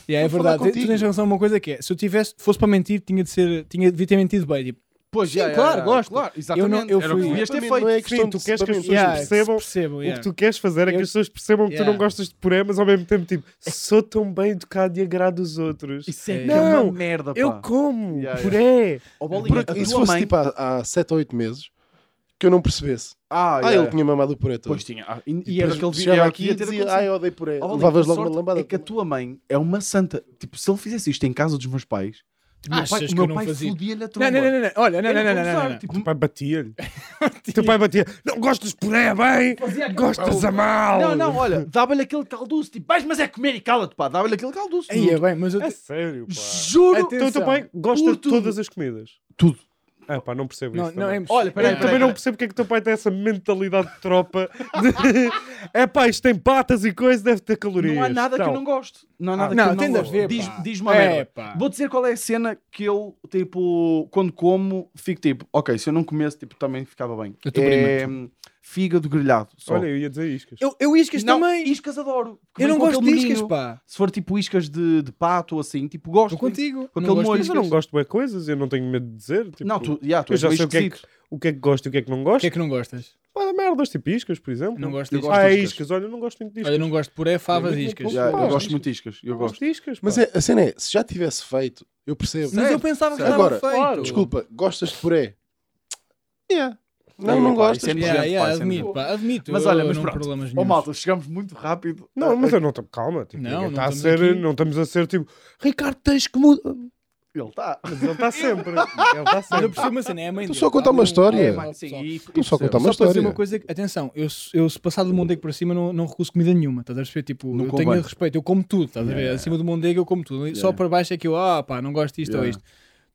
Yeah, é Vou falar verdade. Tu- Tu contigo. tens razão uma coisa que é: se eu tivesse, fosse para mentir, tinha de ser, tinha, devia ter mentido bem. Tipo, Pois, Sim, já, já, claro, já, gosto. Claro, Eu exatamente. não- eu Era o que fui- devias Para ter mim feito. Não é Sim, questão tu de- queres para que as mim- pessoas yeah, percebam Tipo, percebo, O yeah. que tu queres fazer é que Eu- as pessoas percebam que tu Yeah. não gostas de puré, mas ao mesmo tempo, tipo, sou tão bem educado e agrado os outros. É Isso é que é Não, uma merda, pá. Eu como Yeah, yeah. puré. Oh, Por- bolinha, a e se tua fosse mãe... tipo há, há 7 ou 8 meses que eu não percebesse. Ah, Ah, yeah, ele yeah. tinha mamado o puré todo. Pois tinha. Ah, e, E e era depois aquele vídeo chegava aqui e ia ter dizia, acontecido. ai, eu odeio puré. Oh, Valdir, É, Levavas a logo sorte uma lambada. É que a tua mãe é uma santa. Tipo, se ele fizesse isto em casa dos meus pais, tipo, meu Achas pai, que o meu eu não pai fazia? fodia-lhe a tromba. Não, não, não, não, não. Olha, não, Era não, para não, não, não, usar, não, não. tipo, O teu pai batia-lhe. O teu pai batia. Não gostas de puré, bem? Gostas a mal. Não, não, olha, dava-lhe aquele calduço, tipo, vais, mas é comer e cala-te, pá, dava-lhe aquele calduço. Aí é bem, mas eu. É sério, pá. Juro! Até- Então o teu pai gosta de Tudo. todas as comidas. Tudo. Ah, pá, não percebo Não, isso. não, é também. impossível. Olha, peraí, Eu peraí, também não peraí. percebo porque é que o teu pai tem essa mentalidade de tropa. de- É pá, isto tem patas e coisa, deve ter calorias. Não há nada que eu não gosto. Não há nada Ah, não, que eu tem não de gosto. haver, Diz- pá. Diz-me uma É, merda. pá. Vou dizer qual é a cena que eu, tipo, quando como, fico tipo, ok, se eu não comesse, tipo, também ficava bem. Eu tô É hum, fígado grelhado. Só. Olha, eu ia dizer iscas. Eu, eu iscas não, também. iscas adoro. que vem eu não com gosto de aquele iscas, molhinho. pá. Se for tipo iscas de, de pato ou assim, tipo, gosto. Estou contigo. Com Não aquele gosto molho. Mas eu não gosto de boas coisas, eu não tenho medo de dizer. tipo, Não, tu, yeah, tu eu és já meio sei o que, é que, esquisito. o que é que gosto e o que é que não O gosto. que é que não gostas? Pá, de merdas, tipo iscas, por exemplo. Não gosto Eu de iscas. gosto. de ah, é iscas. iscas, olha, eu não gosto muito de Olha, iscas. eu não gosto de puré, favas e Eu- iscas. Yeah, eu Pá, gosto é. iscas. muito de iscas. Eu Não gosto gosto. de iscas. Mas pá. é- a cena é, se já tivesse feito, eu percebo. Mas eu Certo, pensava que certo. estava Agora, feito. Desculpa, gostas de puré? Yeah. Não, Aí, não pá, isso gostas. é pá. Yeah, Gente, yeah, pá, isso é admito, muito pá, admito. Mas olha, eu mas não pronto. problemas Ó nenhuns. malta, chegamos muito rápido. Não, mas Ah, eu não estou. Calma, tipo, é Não, ninguém não tá a estamos ser, aqui. não estamos a ser tipo, Ricardo, tens que mudar. Ele tá. está. Mas tá ele está sempre. ele está Mas eu sempre. percebo uma cena, é a mãe dele, Estou Então só a tá? contar uma Eu- história. é, mas- só- Estou só a contar Só uma para dizer uma história. coisa, que- atenção, eu, se- eu se passar do Mondego para cima não, não recuso comida nenhuma, estás a perceber? Tipo, Não eu convém. tenho respeito, eu como tudo, estás a ver? Acima do Mondego eu como tudo, só para baixo é que eu, ah pá, não gosto disto ou Yeah. isto.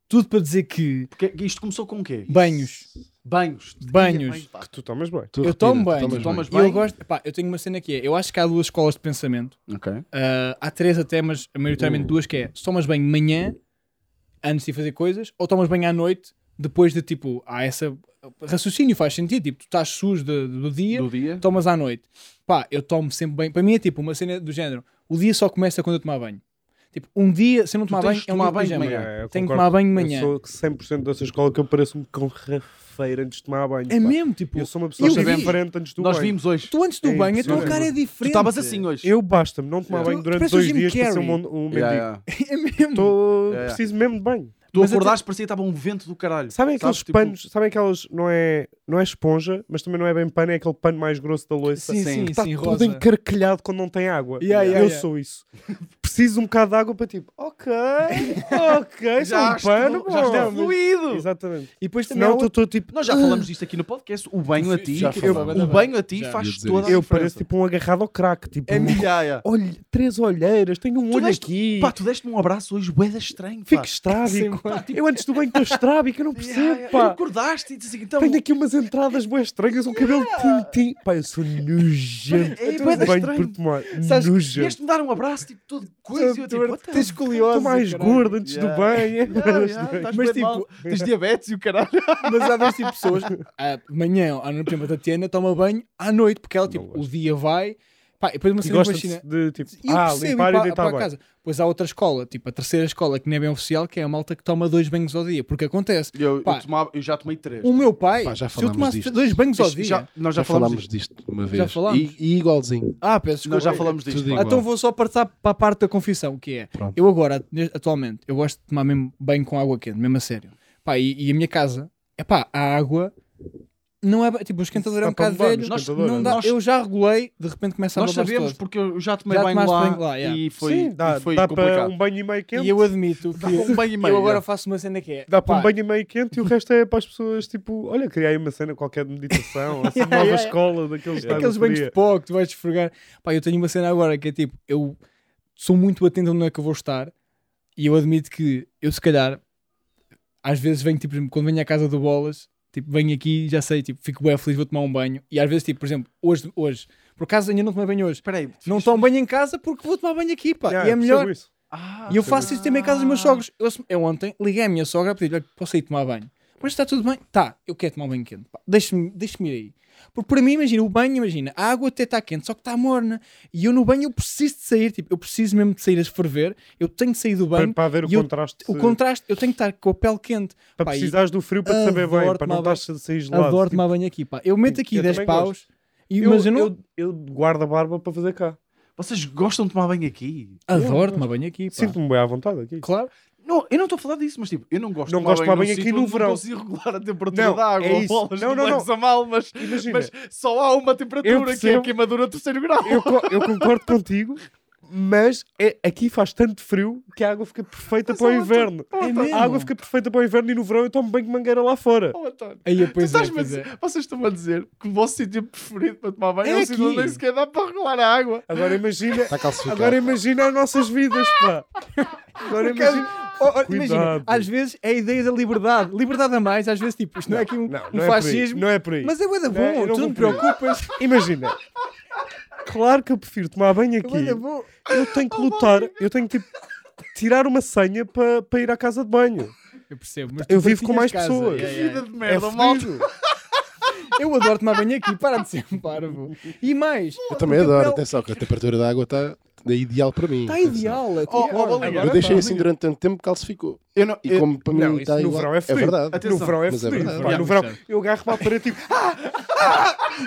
Tudo para dizer que Porque isto começou com o quê? banhos, Banhos. Banhos. Banho, pá. Que tu tomas bem. Tu eu retira, tomo tu bem, tomas tomas bem. bem. eu gosto, pá, eu tenho uma cena que é, eu acho que há duas escolas de pensamento, Ok. Ah, há três até, mas Uh. maioritariamente duas, que é se tomas banho de manhã, antes de ir fazer coisas, ou tomas banho à noite, depois de tipo, há essa. Raciocínio faz sentido, tipo, tu estás sujo de- do dia, Do dia. tomas à noite. Pá, eu tomo sempre banho. Para mim é tipo uma cena do género: o dia só começa quando eu tomar banho. Tipo, um dia, se eu não tomar tens banho, de é um tomar dia de banho de pijama. manhã. É, eu Tenho que concordo. tomar banho de manhã. Eu sou 100% dessa escola que eu pareço-me com rafeira antes de tomar banho. É pá. mesmo, tipo, Eu sou uma pessoa é eu vi. diferente antes do Nós banho. vimos hoje. Tu tu antes do É banho, a tua impressionante. cara é diferente. estavas assim hoje. Eu basta-me não tomar Yeah. banho Tu- tu durante pareces o dois Jim dias para ser um, Carrey. mon- um mendigo. Yeah, yeah. É mesmo. Tô- Yeah. Preciso mesmo de banho. Tu Mas acordaste, parecia que estava um vento do caralho. Sabem Sabes, aqueles tipo, panos, sabem aquelas, não é, não é esponja, mas também não é bem pano, é aquele pano mais grosso da louça. Sim. Sim, sim, Está sim, tudo rosa. encarquilhado quando não tem água. Yeah, yeah, eu yeah. sou isso. Preciso um bocado de água para tipo, ok, ok, sou um estou- pano, já está bom. fluído. Exatamente. E depois também. há Senão outra- eu estou tipo, Nós já falamos disto aqui no podcast. O banho a ti. Já eu- falamos. o banho a ti Já. Ia faz dizer toda a eu diferença. pareço tipo um agarrado ao crack, tipo, É minha. Yeah, yeah. olhe, três olheiras, tenho um Tu olho deste- aqui, Pá, tu deste-me um abraço hoje, bué da estranho. Pá. tipo fico estrábico. eu antes do banho estou estrábico, eu não percebo, Yeah, yeah. Tu pá. acordaste e disse assim, então. Tenho aqui umas entradas boas estranhas, um cabelo tintim. Pá, eu sou nojento. É, Eu bué tenho de banho estranho. por tomar. Sabes que Nojento. Vieste-me dar um abraço, tipo, todo coisa. e eu tipo, what the Tens Estou escoliose. mais caralho. gordo antes Yeah. do banho. é Yeah, antes do tipo, yeah, banho. estás Mas, bué de mal. tens é diabetes e o caralho. Mas há dois tipos de pessoas. Ah, Amanhã, à noite, por exemplo, a Tatiana toma banho à noite, porque ela, tipo, gosto. o dia vai. Pá, e depois uma E cena gosta imagina- de, de, tipo, E eu ah, percebo, limpar pá, e deitar pá, bem. casa. Pois há outra escola, tipo a terceira escola, que não é bem oficial, que é a malta que toma dois banhos ao dia, porque acontece. Eu, Pá. Um eu, tomava- eu já tomei três. O meu pai, Pá, já se eu falámos tomasse disto. dois banhos ao Isto dia. já- nós já, Já falámos disto. disto uma vez. falámos. E, e igualzinho. Ah, peço desculpa. Nós já falámos disto. Tudo pá. Ah, então igual. vou só passar para a parte da confissão, que é Pronto. eu agora, ne- atualmente, eu gosto de tomar mesmo banho com água quente, mesmo a sério. Pá, e, e a minha casa, é pá, a água não é tipo, o esquentador é um Está para bocado levar no velho. nós- esquentador, Não é? dá, Nós- Eu já regulei, de repente começa a Nós babar sabemos, todo. porque eu já tomei Já banho tomaste lá, banho lá, yeah. e foi, Sim, dá, e foi dá para complicado. um banho e meio quente. E eu admito que Dá para um banho e meio, eu agora é. faço uma cena que é Dá para pá, um banho e meio quente e o resto é para as pessoas, tipo, olha, criei uma cena qualquer de meditação, essa nova Yeah, yeah, yeah. escola daqueles que aqueles banhos de pó que tu vais esfregar. Pá, eu tenho uma cena agora que é tipo, eu sou muito atento onde é que eu vou estar e eu admito que eu se calhar às vezes venho, tipo, quando venho à casa do Bolas, tipo, venho aqui e já sei, tipo, fico bem feliz, vou tomar um banho. E às vezes, tipo, por exemplo, hoje, hoje por acaso ainda não tomei banho hoje, Espera aí. não tomo banho em casa porque vou tomar banho aqui, pá, e é melhor. Isso. Ah, E eu faço isso também em casa dos meus sogros. Eu, eu ontem liguei à minha sogra a pedir, olha, posso ir tomar banho? Mas está tudo bem? Tá, eu quero tomar um banho quente. pá, Deixa-me deixa ir aí. Porque para mim, imagina, o banho, imagina, a água até está quente, só que está morna. E eu no banho eu preciso de sair, tipo, eu preciso mesmo de sair a ferver, eu tenho de sair do Para, banho. para ver o e eu- contraste. o contraste, eu tenho que estar com a pele quente. Para Pá, e precisares do frio para te saber bem, adoro para não tomar estás a sair gelado. Adoro tipo, tomar banho aqui, pá. Eu meto aqui eu 10 também paus, e, eu, mas eu não. eu, eu guardo a barba para fazer cá. Vocês gostam de tomar banho aqui? Adoro tomar banho aqui, pá. Sinto-me bem à vontade aqui. Claro. Não, eu não estou a falar disso, mas tipo, eu não gosto Não de gosto de tomar banho num aqui sítio no onde verão. Não consigo regular a temperatura Não, da água. é isso. bolas, Não, não, não, não, não. a mal, mas, Imagina, mas só há uma temperatura Eu que é percebo. a queimadura a terceiro grau. eu, co- eu concordo contigo, mas é- aqui faz tanto frio que a água fica perfeita para o inverno. É mesmo. A água fica perfeita para o inverno e no verão eu tomo banho de mangueira lá fora. Oh, António, Aí, tu pois é, estás-me a pois é. dizer- Vocês estão a dizer que o vosso sítio preferido para tomar banho É é, o sítio aqui. onde nem sequer dá para regular a água. Agora imagina, Está calcificado. agora imagina as nossas vidas, pá. Agora Porque às- imagina. ó, ó, imagina, Cuidado. às vezes é a ideia da liberdade. Liberdade a mais, às vezes, tipo, isto não, é aqui Não, um, um não é por aí. fascismo. Não é por aí. Mas é bué da Não é- bom, eu não tu vou não te por aí. preocupas. Imagina. Claro que eu prefiro tomar banho É aqui. bué da bom. Eu tenho que lutar, eu tenho que tipo, tirar uma senha para ir à casa de banho. Eu percebo, mas Eu tu vivo com mais partilhas casa. pessoas. Yeah, yeah. Vida de merda, é malta. fodido. Eu adoro tomar banho aqui, para de ser um parvo. E mais, Eu também Porque adoro, pelo- atenção, que a temperatura da água está é ideal para mim. está atenção. ideal. Oh, é oh, concordo. Baleia. Eu Agora deixei tá, assim durante tanto tempo que calcificou. Eu não, E como para Não, mim isso está no igual. verão é frio. verdade. Atenção, no verão é mas é fodido. verdade. pá, Yeah, no verão, percebo. eu agarro para a parede tipo, ah,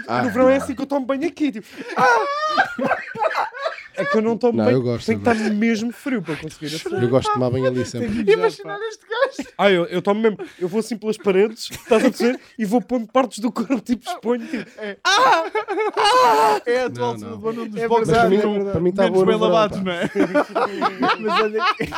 Ah, no verão é assim que eu tomo banho aqui. Tipo, ah! É que eu não tomo Não, banho. eu gosto, Tem que eu estar mesmo frio para conseguir assim. Eu gosto de tomar banho ali sempre. Imaginar este gajo. Ah, eu, eu tomo mesmo. Eu vou assim pelas paredes, estás a perceber? E vou pondo partes do corpo, tipo, exponho. Tipo, É a tua Não, altura não. do ano dos É boxes Mas para verdade, mim, ficam é verdade. para mim está menos boa no bem verão, lavados, pá. não é? Mas olha que-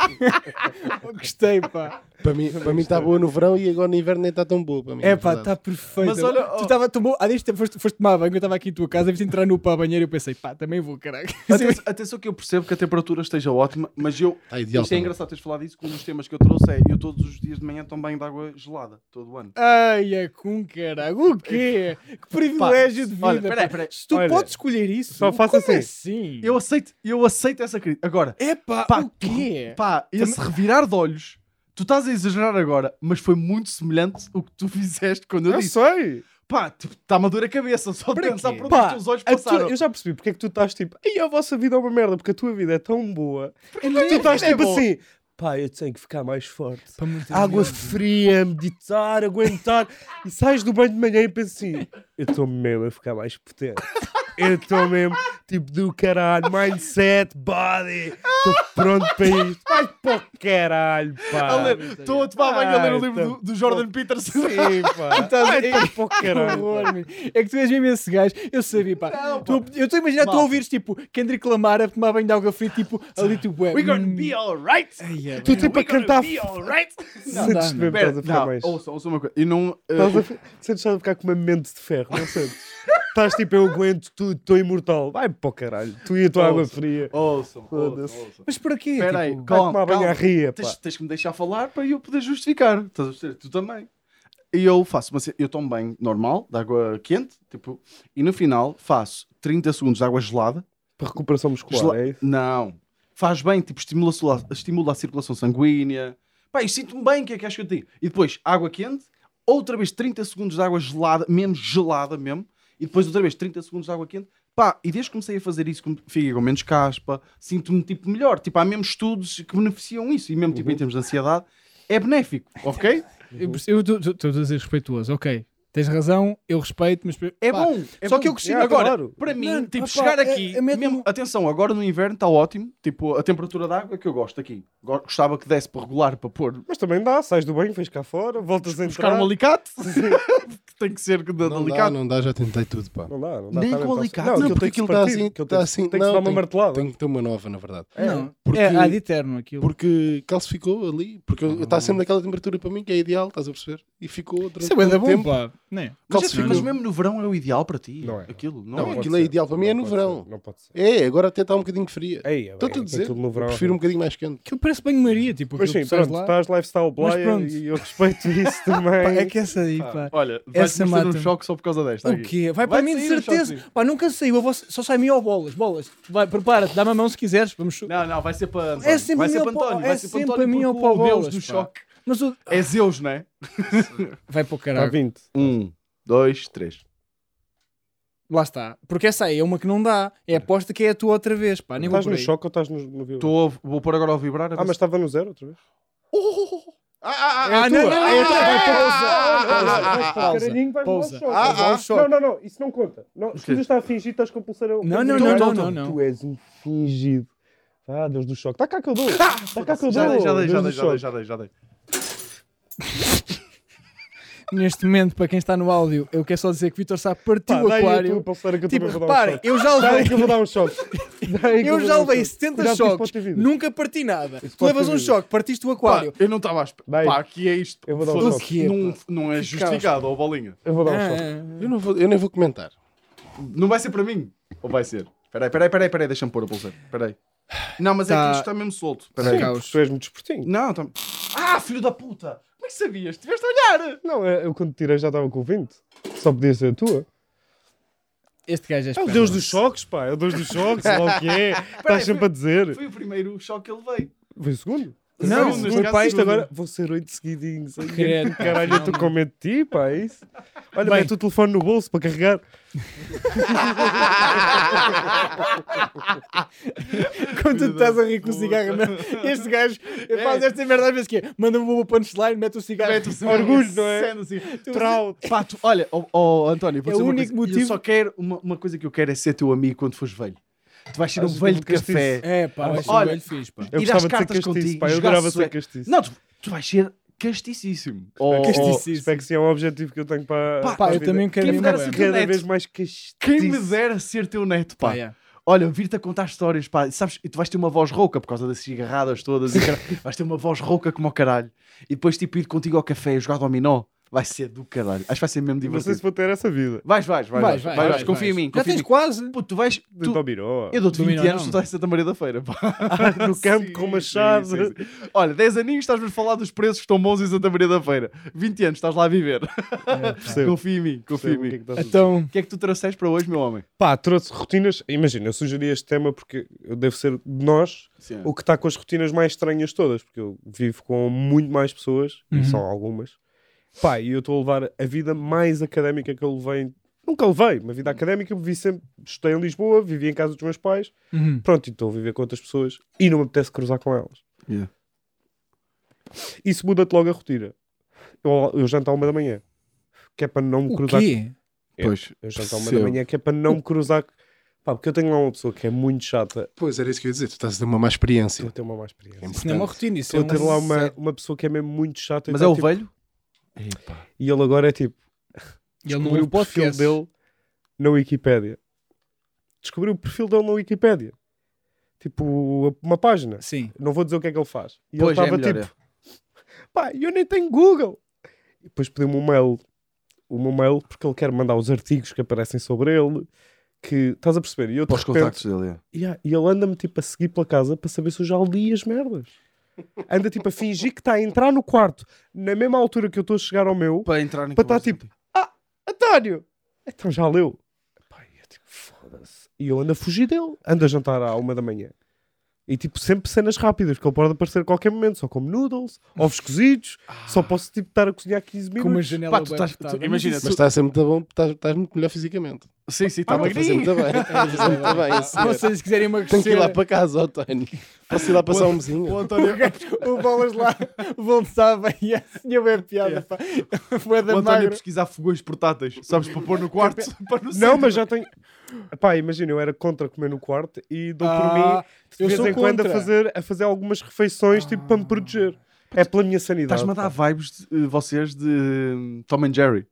Gostei, pá. Para mim- Para mim está boa no verão e agora no inverno nem está tão boa para mim. É na pá, verdade. está perfeito. Mas olha, oh. tu estava tomou, há dias foste, foste tomar banho, eu estava aqui em tua casa, viste entrar no pá banheiro e eu pensei, pá, também vou, caralho. Atenção, atenção que eu percebo que a temperatura esteja ótima, mas eu. Está Tá ideal isto é para mim. engraçado teres falado disso, que um dos temas que eu trouxe é eu todos os dias de manhã tomo banho de água gelada, todo o ano. Ai, é com caralho, o quê? Que privilégio de vida. olha, peraí, pá. peraí. Se tu Olha, podes escolher isso, só faço como assim. assim? Eu aceito, eu aceito essa crítica. Agora, É pá, pá, o quê? pá, esse revirar de olhos, tu estás a exagerar agora, mas foi muito semelhante o que tu fizeste quando eu eu disse. "Ah, sei. Pá, tipo, está-me a doer a cabeça, só de Para pensar quê? por onde Pá, os teus olhos a tua- passaram. eu já percebi porque é que tu estás tipo, aí a vossa vida é uma merda, porque a tua vida é tão boa. É que tu mesmo? estás é tipo boa. assim, pá, eu tenho que ficar mais forte. Pá, meu Deus, Água meu. fria, meditar, aguentar. E sais do banho de manhã e pensas assim, eu estou mesmo a ficar mais potente. Eu estou mesmo, tipo, do caralho, mindset, body, estou pronto para isto. Vai para o caralho, Ah, pá. A ler, é. Estou a tomar banho a ler o livro Ai, tá do, do Jordan Peterson. Sim, pá. Estás- Vai é- para o Que caralho. pá. horror, meu. é que tu és mesmo esse gajo. Eu sabia, pá. Não, Tu- eu estou a imaginar, tu a Malta. ouvires tipo Kendrick Lamar a tomar banho de água fria, tipo ali tu bué. We gonna hum. be alright. Ai, é, Tu pá. tipo a cantar. Be alright. Não Sentes dá, mesmo, estás não. a Pera, ficar não, mais. ouça, ouça uma coisa. E não. uh, Estás a, fi- sentes estás a ficar com uma mente de ferro, não sentes? Estás tipo, eu aguento tudo, estou imortal. Vai para o caralho, tu e a tua Oh, água sim. fria. Ouçam, Foda-se. ouçam. Mas para quê? Espera aí, tipo? Vai tomar calma, banho à calma. ria, pá. Tens, tens que me deixar falar para eu poder justificar. Estás a perceber? Tu também. E eu faço, uma ce- eu tomo banho normal, de água quente, tipo, e no final faço 30 segundos de água gelada. Para recuperação muscular, Gela- é isso? Não. Faz bem, tipo, estimula, a sua- estimula a circulação sanguínea. Pá, eu sinto-me bem, o que é que acho que eu te digo? E depois, água quente, outra vez 30 segundos de água gelada, mesmo gelada mesmo, e depois outra vez 30 segundos de água quente. Pá, e desde que comecei a fazer isso, como- fiquei com menos caspa, sinto-me tipo melhor. Tipo, há mesmo estudos que beneficiam isso, e mesmo tipo Uhum. em termos de ansiedade, é benéfico, ok? Eu perce- Eu estou a dizer respeituoso, ok. Tens razão, eu respeito, mas. É pá, bom. é só bom. que eu cresci Yeah, agora. claro. Para mim, Não, tipo, opa, chegar é- aqui, é mesmo- mesmo- atenção, agora no inverno está ótimo. Tipo, a temperatura da água que eu gosto aqui. Go- Gostava que desse para regular para pôr. Mas também dá, sais do banho, vais cá fora, voltas a entrar. Buscar um alicate. que tem que ser de, de Não dá, alicate. não dá, já tentei tudo, pá. Não dá, não dá. Nem tá bem com fácil. alicate. Não, Não, que eu porque tenho que aquilo se está partir, assim, que eu está tenho- assim. tenho que se não, dar uma tenho- martelada. Tenho que ter uma nova, na verdade. Não, Porque- é ad eterno aquilo. Porque calcificou ali, porque está sempre naquela temperatura para mim que é ideal, estás a perceber? E ficou durante Isso é bué da tanto bom, tempo. pá. Não é? Mas, Calcificou. mas mesmo no verão é o ideal para ti. Não é. Aquilo, não, Não, é? aquilo é ideal para mim, é Não no pode verão. ser, Não pode ser. É, agora até está um bocadinho fria. Ei, é bem, Estou-te a tem dizer, tudo no verão. né? eu prefiro um bocadinho mais quente. Aquilo parece banho-maria, tipo, Mas sim, aquilo que sais pronto, lá. estás lifestyle blaya pronto. e eu respeito isso Pá, também. é que essa aí, pá. Olha, vais Essa ter um mata-me. choque só por causa desta. O aqui. quê? Vai para mim de sair um certeza. choquezinho. Pá, nunca saiu. a vossa- Só sai a mim ou bolas. Bolas. Vai, prepara-te, dá-me a mão se quiseres. Vamos. Não, não, vai ser para António. É sempre vai a ser mim para ou para- António. é vai ser para sempre António a mim ou porque para o o Deus Bolas, do pá. choque. Mas o... É Zeus, não é? Vai para Está o caralho. 20. Um, dois, três. Lá está. Porque essa aí é uma que não dá. É aposta que é a tua outra vez. Pá, nem vou Estás por no aí. choque ou estás no, no vibrar? Tô, vou pôr agora ao vibrar. a Ah, ver mas se- estava no zero outra vez. Ah, ah, ah, É a ah, tua. não, não, É a tua. não, Vai para- ah, ah, ah, ah, ah, ah, Pausa. Caralhinho, vais levar Pausa. choque. Ah, Vais levar ah. choque. Não, não, não, isso não conta. Não, se quê? tu está a fingir, estás com a pulseira. Não, não, Tu não, és- não, não, não. Tu és um fingido. Ah, Deus do choque. Está cá que eu dou. ah, Está cá que eu dou. Já dei, já dei, já dei, Deus do já dei, choque. já dei, já dei. Neste momento, para quem está no áudio, eu quero só dizer que Vitor Sá partiu Pá, o dá aí a tua aquário. pulseira que eu Tipo, também vou dar um reparem, choque. eu já Dá aí levei. que eu vou dar um choque. Dá aí que Eu vou já dar um levei choque. 70 Cuidado com isso para choques, o teu vídeo. nunca parti nada. Isso Tu pode levas ter um vida. choque, partiste o Pá, aquário. eu não estava à espera. Vai. Pá, aqui é isto. Eu vou dar um Foda-se, choque. Não, não é justificado, ó bolinha. Eu vou dar um choque. Ah, Eu, não vou, eu nem vou comentar. Não vai ser para mim? Ou vai ser? Peraí, peraí, peraí, peraí, deixa-me pôr a pulseira. Peraí. Não, mas é Tá. que isto está mesmo solto. Sim. Peraí. Caos. Tu és muito espertinho. Não, tá... Ah, filho da puta! Como é que sabias? Tiveste a olhar! Não, é, eu eu quando tirei já estava com 20. Só podia ser a tua. este gajo é É o esperto. Deus dos choques, pá. É o Deus dos choques, sei lá o que é. Peraí, Estás sempre a dizer. Foi o primeiro choque que ele veio. Foi o segundo. Não, Segundo, o neste meu caso, pai- segundo. Isto agora vou ser oito seguidinhos. Ai, Credo, pá, Caralho, eu estou finalmente. com medo de ti, pá. é isso? Olha, Bem. mete o telefone no bolso para carregar. Quando tu estás a rir com o cigarro, não. este gajo faz esta merda às vezes que é. Manda-me uma punchline, mete o cigarro. Mete-se Orgulho, não é? sendo assim. Trau. Pá, tu, olha, ó ó, António, vou É dizer o uma único coisa. Eu motivo- só quero uma, uma coisa que eu quero é ser teu amigo quando fores velho. Tu vais ser um Acho que velho de nunca estive. café. É, pá, vai ser um Olha, velho fixe, pá. Eu Ir às gostava de ser cartas castiço, contigo, pá. Eu jogar adorava sué- ser castiço. Não, tu, tu vais ser casticíssimo. oh. Ou- ou- Casticíssimo. Espero que sim, é um objetivo que eu tenho para. Pá, para a Pá, eu vida. assim, também quero Quem ir me dera embora. ser Cada Neto. vez mais castiço. Quem me dera ser teu neto, pá. Pá, yeah. Olha, vir-te a contar histórias, pá. Sabes, e tu vais ter uma voz rouca por causa das cigarradas todas. e cara- Vais ter uma voz rouca como o caralho. E depois, tipo, ir contigo ao café e jogar dominó. Vai ser do caralho. Acho que vai ser mesmo Não sei divertido. se vou ter essa vida. Vais, vais, vais. Vais, vais, vais, Confia em vais. mim. Já Confia em tens mim. quase. Puto, tu vais. De tu- Tobiró. Eu dou-te 20 Dominó, anos, não. tu estás em Santa Maria da Feira, pá. No campo com machado. Sim, sim, sim. Olha, 10 aninhos estás-me a falar dos preços que estão bons em Santa Maria da Feira. 20 anos estás lá a viver. Percebo. Confia em mim, confia em Percebo o que mim. é que estás a dizer. Então, O que é que tu trouxeste para hoje, meu homem? Pá, trouxe rotinas. Imagina, eu sugeri este tema porque eu devo ser de nós É. Sim. é. o que está com as rotinas mais estranhas todas, porque eu vivo com muito mais pessoas, Uhum. e são algumas. Pá, e eu estou a levar a vida mais académica que eu levei. Nunca levei uma vida académica, eu vivi sempre, estudei em Lisboa, vivi em casa dos meus pais, uhum. pronto, e estou a viver com outras pessoas e não me apetece cruzar com elas. Yeah. Isso muda-te logo a rotina. Eu, eu janto à uma da manhã, que é para não me o cruzar quê? Pois, eu janto à uma da Percebo. manhã que é para não me cruzar. Pá, porque eu tenho lá uma pessoa que é muito chata. Pois, era isso que eu ia dizer. Tu estás a ter uma má Estou a experiência. É ter uma má experiência. Isso não é uma rotina, isso Estou é a ter lá um- uma, uma pessoa que é mesmo muito chata. e mas tá, é o tipo, velho? E ele agora é tipo. Ele não descobriu ouve o perfil podcast. dele na Wikipédia. Descobriu o perfil dele na Wikipédia. Tipo, uma página. Sim. Não vou dizer o que é que ele faz. E Pois, é ele estava melhor, tipo. Pá, eu nem tenho Google. E depois pediu-me um mail. O meu mail, porque ele quer mandar os artigos que aparecem sobre ele. Que estás a perceber? E eu de Para os repente- contactos dele, é. Yeah, E ele anda-me tipo a seguir pela casa para saber se eu já li as merdas. Anda tipo a fingir que está a entrar no quarto na mesma altura que eu estou a chegar ao meu. Para entrar em Para estar, conversa tipo, contigo. António! Então já leu. Epá, e eu, tipo, foda-se. E eu ando a fugir dele. Ando a jantar à uma da manhã. E tipo, sempre cenas rápidas, que ele pode aparecer a qualquer momento. Só como noodles, ovos cozidos. Só posso tipo estar a cozinhar 15 Com uma minutos. janela Pá, tu bué estás- apertada. tu- imagina, Mas estás a ser muito bom, estás, estás muito melhor fisicamente. Sim, sim, está Estás a fazer magrinho. muito tá bem. Estás a fazer muito bem. esse Ah, Se senhor. vocês quiserem Tenho que ir emagrecer, lá para casa, António. Posso ir lá passar um O mesinho? António, o Bolas lá voltava e assim eu é piada, pá. Foi o da António a magra. pesquisar fogões portáteis. Sabes, para pôr no quarto. para no Não, centro. mas já tenho. Epá, imagina, eu era contra comer no quarto e dou por mim Ah, de eu vez sou em quando a contra. fazer, a fazer algumas refeições tipo para me proteger. É pela minha sanidade. Ah. Estás-me a dar pá. vibes, de, eh, vocês, de hum, Tom and Jerry.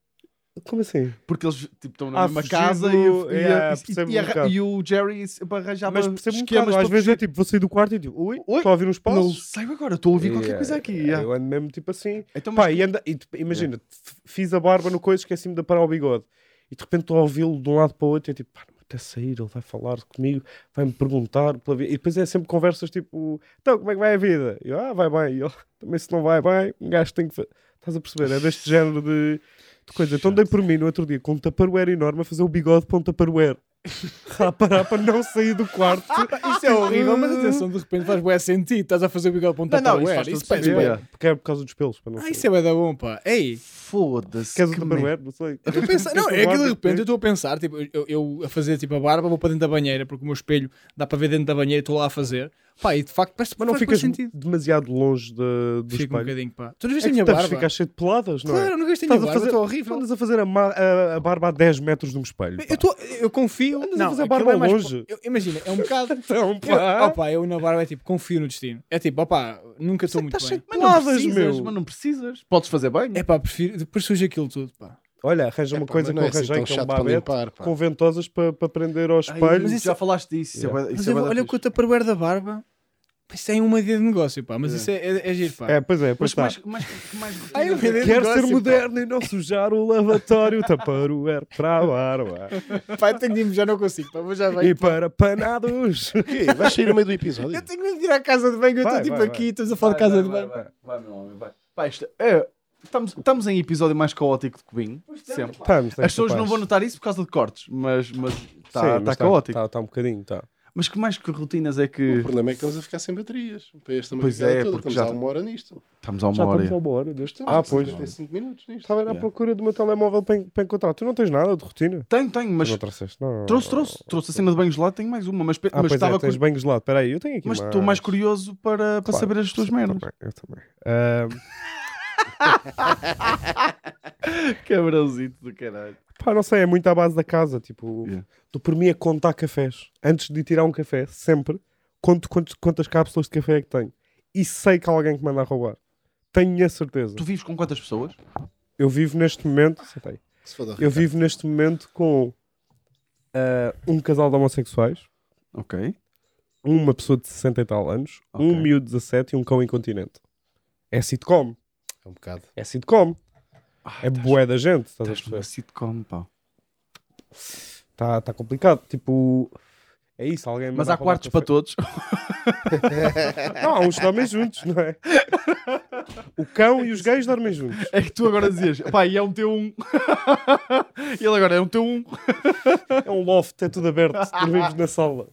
Como assim? Porque eles tipo, estão na Ah, mesma fugido, casa e, o- e, yeah, a- percebo e a- um bocado. e o Jerry se- arranjava Mas percebo um esquemas bocado. Às para vezes é fugir. tipo, vou sair do quarto e digo, ui, Ui, estou a ouvir uns Não passos. sei agora, estou a ouvir qualquer Yeah, coisa aqui. yeah, yeah. Eu ando mesmo tipo assim. Então, mas Pá, e, anda, e tipo, imagina, f- fiz a barba no coisa, esqueci-me de aparar o bigode. E de repente estou a ouvi-lo de um lado para o outro e é tipo, pá, não me apetece sair, ele vai falar comigo, vai-me perguntar. Pela vida. E depois é sempre conversas tipo, então como é que vai a vida? E eu, ah, vai bem. E ele, também se não vai bem, um gajo tem que. fa-" Estás a perceber? É deste género de, de coisa. Então dei por mim no outro dia com um taparuer enorme a fazer o bigode para um taparuer. Rapa, rapa, não saí do quarto. Isso é horrível, mas atenção, de repente faz bué sentido. Estás a fazer o Miguel Ponta Não, não, para o isso ar. faz todo Isso faz sentido, bué. é. Porque é por causa dos pelos. Para não Ah, sair. isso é bué da bom, pá. Ei, Foda-se. Queres o que Tupperware? Não sei. eu estou a pensar, não, é Este que de guarda- repente eu estou a pensar, tipo, eu, eu a fazer tipo a barba, vou para dentro da banheira, porque o meu espelho dá para ver dentro da banheira, estou lá a fazer. Pá, e de facto, parece Mas não faz bué ficas sentido. demasiado longe de, do Fico um espelho. bocadinho, pá. Tu não É viste que a minha estás- barba? Ficas cheio de peladas, não é? Claro, não gastei a minha Estás a barba, fazer, estou horrível. Andas a fazer a, ma- a- a barba a 10 metros de um espelho. pá. Eu, tô- eu confio. Andas a não, fazer aquilo barba é mais longe. po- eu- imagina, é um bocado. Então, Eu, pá. opa, eu na barba é tipo, confio no destino. É tipo, opa, nunca estou muito Estás cheio bem. de Mas não peladas, precisas, meu. mas não precisas. Podes fazer banho. É pá, prefiro. Depois suja aquilo tudo, pá. Olha, arranja uma Pá, coisa mas que não eu é assim arranjei, tão que é um chato para babete, limpar. pá. com ventosas para pa prender ao Ai, espelho. mas isso- já falaste disso. isso é bué- Mas Isso é eu- bué da olha fixe. que o taparware da barba. pá, Isso é uma ideia de negócio, pá. Mas isso é, é, é giro, pá. É, pois é, pois Mas está. mais, mais, que mais Ai, eu me dei- Quero ser negócio, pá. moderno e não sujar o lavatório, tapar o ar para a barba Pai, tenho de ir, já não consigo, pá. Vou já vai. e para panados. Ei, Vais sair no meio do episódio. Eu tenho de ir à casa de banho, eu estou Vai, tipo vai, aqui, vai. estamos a falar de casa de vai, banho. vai, vai, vai, meu homem, vai. Pá, isto é- estamos, estamos em episódio mais caótico de Cubinho. Sempre. Estamos, As pessoas não vão notar isso por causa de cortes, mas está mas tá, tá caótico. Está um bocadinho, tá. Mas que mais que rotinas é O que. problema é que estamos a ficar sem baterias. Para esta Pois madrugada é, toda. porque Estamos já- há uma hora nisto. Estamos a Já uma estamos a hora. uma hora deste Estamos Ah, há pois. Tá 55 minutos nisto. Estava a ir à procura do meu telemóvel para, en- para encontrar. Tu não tens nada de rotina? Tenho, tenho, mas. Mas não trouxeste, não. Trouxe, trouxe. Trouxe a cena de banhos lá, tenho mais uma. Mas pe- Ah, mas pois estava é, tens cu- banhos de lado. Espera aí, eu tenho aqui mas estou mais curioso para, para Claro, saber as tuas sim, eu merdas. também, Eu também. Ahm, Cabrãozito do caralho. Pá, não sei, é muito à base da casa. Tipo, Yeah. tu por mim a contar cafés. Antes de tirar um café, sempre, conto quantos- quantas cápsulas de café é que tenho. E sei que há alguém que manda a roubar. Tenho a certeza. Tu vives com quantas pessoas? Eu vivo neste momento. senta aí. Se foda, Eu vivo neste momento com ah, um casal de homossexuais, Ok. uma pessoa de 60 e tal anos, um Ok. miúdo de 17 e um cão incontinente. É sitcom. É um bocado. É sitcom. Ah, É bué da gente. Estás a Estás perceber? numa sitcom, pá. Está tá complicado. Tipo, é isso. Alguém Mas manda há roubar quartos café. para todos. Não, há uns que dormem juntos, não é? O cão e os gays dormem juntos. É que tu agora dizias, pá, e é um teu um. e ele agora é um teu um. É um loft, é tudo aberto, dormimos na sala.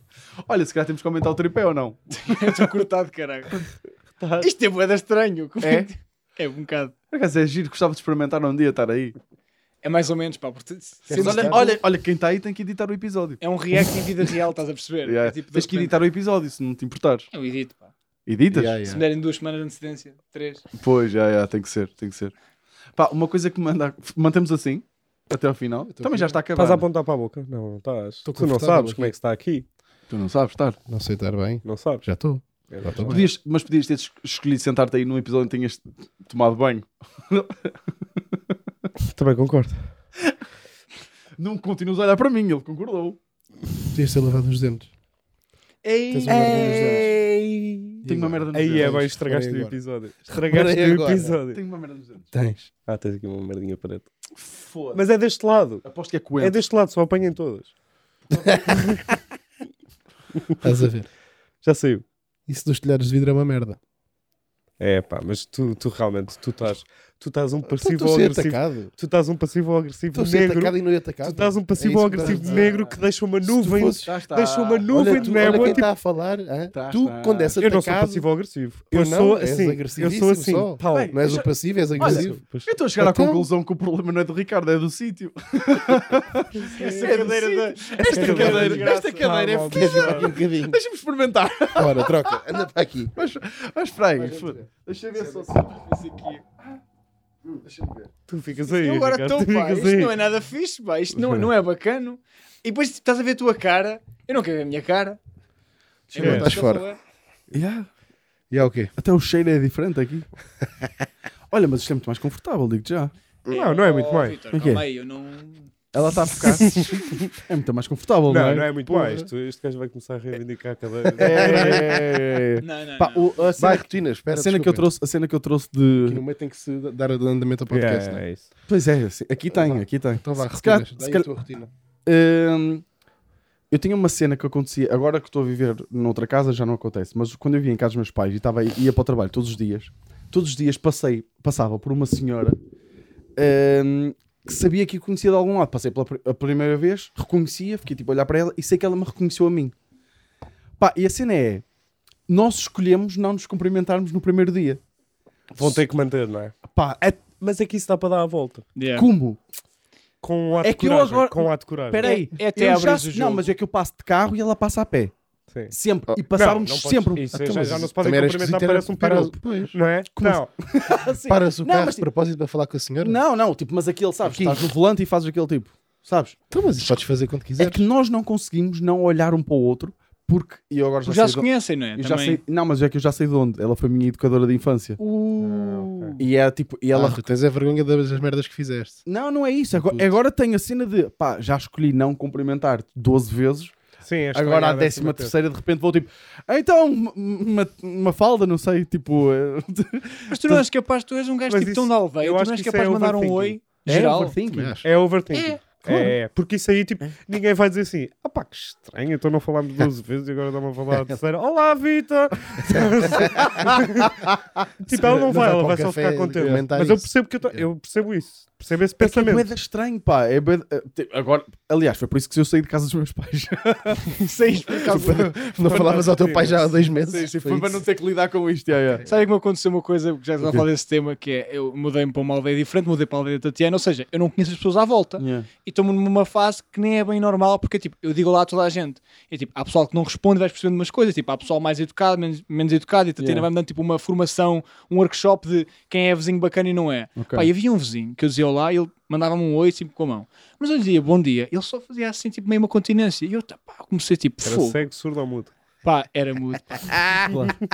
Olha, se calhar temos que aumentar o tripé ou não? Eu estou cortado, caralho. Tá. Isto é boeda estranho. Como É? É um bocado. Por acaso é giro, gostava de experimentar um dia estar aí. É mais ou menos, pá. Porque Mas olha, olha, olha, quem está aí tem que editar o episódio. é um react em vida real, estás a perceber? Yeah. É tipo, de Tens que repente- editar o episódio, se não te importares. Eu edito, pá. Editas? Yeah, Se yeah. me derem duas semanas de antecedência, três. Pois, já, já, tem que ser, tem que ser. Pá, uma coisa que manda. Mantemos assim, até ao final. Eu tô Também aqui. já está Estás a acabado. apontar para a boca? Não, não estás. Estou Tu não confortável sabes aqui. como é que está aqui. Tu não sabes estar. Não sei estar bem. Não sabes. Já estou. É, Já estou bem. Podias, mas podias ter es- escolhido sentar-te aí num episódio em que tinhas tomado banho. Também concordo. Não continuas a olhar para mim, ele concordou. Podias ter lavado os dentes. Ei, Tens uma merda nos ei. Tenho uma merda nos Aí é dentes. bem, Reparei estragaste o agora. episódio. Estragaste Reparei o agora. episódio. Tenho uma merda nos dentes. Tens. Ah, tens aqui uma merdinha preta. Foda-se. Mas é deste lado. Aposto que é É coentro. deste lado, só apanhem todas. Estás a ver. Já saiu. Isso dos telhados de vidro é uma merda. É pá, mas tu, tu realmente, tu estás, tu estás um passivo Estou a ou Então, ser agressivo. atacado. Tu estás um passivo ou agressivo Estou a ser negro. atacado e não ia atacado. Tu estás um passivo ou É isso que agressivo estás a dizer. negro que deixa uma nuvem. fosses- Já está. Deixa uma nuvem. Olha, Nuvem tu, de névoa, olha quem tipo- está a falar. hã? Tá, tu, tá. quando és Eu atacado... não sou passivo ou agressivo. Eu Pois sou não, és assim. Eu sou agressivíssimo assim. só. Tal. Bem, Não és Deixa- o passivo, és agressivo. Olha, pois- Eu estou a chegar Então- à conclusão que o problema não é do Ricardo, é do sítio. Essa É do cadeira da. sítio. Esta é cadeira, esta cadeira é Tá, mal, fedida. Aqui um bocadinho. Deixa-me experimentar. Ora, troca. Anda para aqui. Mas, mas espera aí, foda. Deixa-me ver só se eu aqui. Hum, Deixa-me ver. Tu ficas aí. Eu agora Ricardo, estou, tu pá. ficas Isto aí. assim. não é nada fixe, pá. Isto não, não é bacano. E depois estás a ver a tua cara. Eu não quero ver a minha cara. É. Embora Estás eu fora. sou- E é o quê? Até o cheiro é diferente aqui. Olha, mas isto é muito mais confortável, digo-te já. Não, não é muito Oh, mais. Vitor, Ok. calma aí, eu não. Ela está a focar. é muito mais confortável, Não, não é muito mais. Tu- Este gajo vai começar a reivindicar a cadeira. é, é, Não, não. Pá, não. o- a cena, Vai, rotinas. a Assim Espera, cena que eu desculpem. trouxe, a cena que eu trouxe Aqui no de. meio tem que se dar andamento ao podcast, Yeah, não é? é isso. Pois é, assim, aqui tem, aqui tem. Então vá, Se calhar- rotinas. se Daí a calhar- tua rotina. Hum, eu tinha uma cena que acontecia, agora que estou a viver noutra casa já não acontece, mas quando eu via em casa dos meus pais e estava, aí- ia para o trabalho todos os dias, todos os dias passei, passava por uma senhora hum, que sabia que a conhecia de algum lado. Passei pela pr- a primeira vez, reconhecia, fiquei tipo a olhar para ela e sei que ela me reconheceu a mim. Pá, e a cena é: nós escolhemos não nos cumprimentarmos no primeiro dia. Vão ter que manter, não é? Pá, é- Mas é que isso dá para dar a volta. como? Com um ato É de que eu coragem. agora- Com um ato de coragem. Peraí, É. É- é até eu já- abres o jogo. Oh, Não, mas é que eu passo de carro e ela passa a pé. Sim. Sempre. E Não, não passávamos podes- sempre. um Isso, Então, já, mas já não se podem também era cumprimentar, esquisito, era- parece um para- piropo. pois. Não é? não. Assim, Paras o não, carro mas, de propósito para falar com a senhora? Não, não, tipo, mas aquele, sabes, Aqui. estás no volante e fazes aquele tipo, sabes? Então, mas isso podes fazer quando É quiseres. que nós não conseguimos não olhar um para o outro, porque. E eu agora já, Já se sei. de- conhecem, não é? eu já Também. sei- não, mas é que eu já sei de onde. Ela foi minha educadora de infância. Uh, E é tipo, e ela. Ah, tu tens a vergonha das das merdas que fizeste. Não, não é isso. Agora, agora tenho a cena de pá, já escolhi não cumprimentar-te 12 vezes. Sim, é estranho, Agora à é décima 13 terceira de repente vou tipo, "Ah, então, uma, uma- uma falda, não sei, tipo. eh, Mas tu não és capaz, tu és um gajo Mas tipo tão isso- da aldeia, eu tu acho não és que isso capaz é de mandar um overthinking. oi é geral. overthinking. Também Mas acho. É overthinking. É, claro. é, porque isso aí, tipo, ninguém vai dizer assim: ah pá, que estranho, então não falámos 12 vezes e agora dá-me a falar a terceira. Olá, Vitor! tipo, ela não Não é vai, vai ela vai para um só café ficar e contente. comentar Mas eu isso. percebo, que eu, tô- eu percebo isso, percebo esse É que é bué pensamento. de estranho, pá. É bué de- eh, tipo, agora, aliás, foi por isso que eu saí de casa dos meus pais. Seis, por acaso. Não falavas ao teu pai já há dois meses? Foi Foi para isso. não ter que lidar com isto. yeah, yeah. Sabe que me aconteceu uma coisa, que já estava a falar desse tema, que é eu mudei-me para uma aldeia diferente, mudei para a aldeia da Tatiana, ou seja, eu não conheço as pessoas à volta. Yeah. E estou numa fase que nem é bem normal, porque tipo, eu digo lá a toda a gente. E tipo, há pessoal que não responde, vais percebendo umas coisas, tipo, há pessoal mais educado, menos, menos educado, e a Tatiana Yeah. vai-me dando tipo uma formação, um workshop de quem é vizinho bacana e não é. Ok. Pá, e havia um vizinho que eu dizia olá e ele mandava-me um oi sempre com a mão. Mas eu lhe dizia bom dia, ele só fazia assim, tipo, meio uma continência. E eu tá, pá, comecei tipo, Era fogo. cego, surdo ou mudo. Pá, era mudo.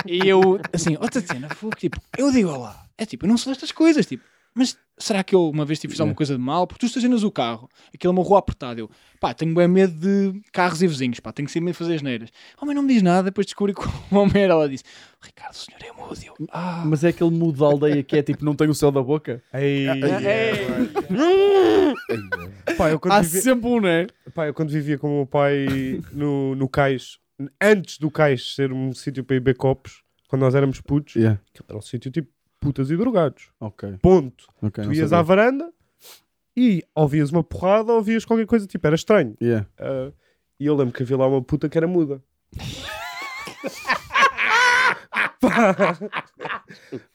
E eu, assim, ó Tatiana, fogo, tipo, eu digo olá. É tipo, eu não sou destas coisas, tipo, mas será que eu uma vez te fiz alguma coisa de mal? Porque tu estacionas o carro, aquilo é uma rua apertada. Eu, pá, tenho bem medo de carros e vizinhos, pá, tenho que ser medo de fazer as neiras. O homem não me diz nada, depois descobri que o homem era, ela disse, Ricardo, o senhor é mudo. E Eu, ah, Mas é aquele mudo da aldeia que é tipo, não tem o céu da boca. Ei, Pá, eu quando Há vivi- sempre um, né? Pá, eu quando vivia com o meu pai no, no Cais, antes do Cais ser um sítio para ir beber copos, quando nós éramos putos, Yeah. aquilo era um sítio tipo putas e drogados. Ok, um Ponto. ok. tu ias à varanda e ouvias uma porrada, ouvias qualquer coisa, tipo, era estranho. Yeah. Ah, e eu lembro que havia lá uma puta que era muda. Pá.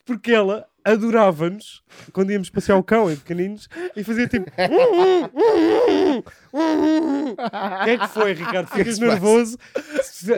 Porque ela adorava-nos quando íamos passear o cão em pequeninos e fazia tipo. hum, O que é que foi, Ricardo? Ficas nervoso.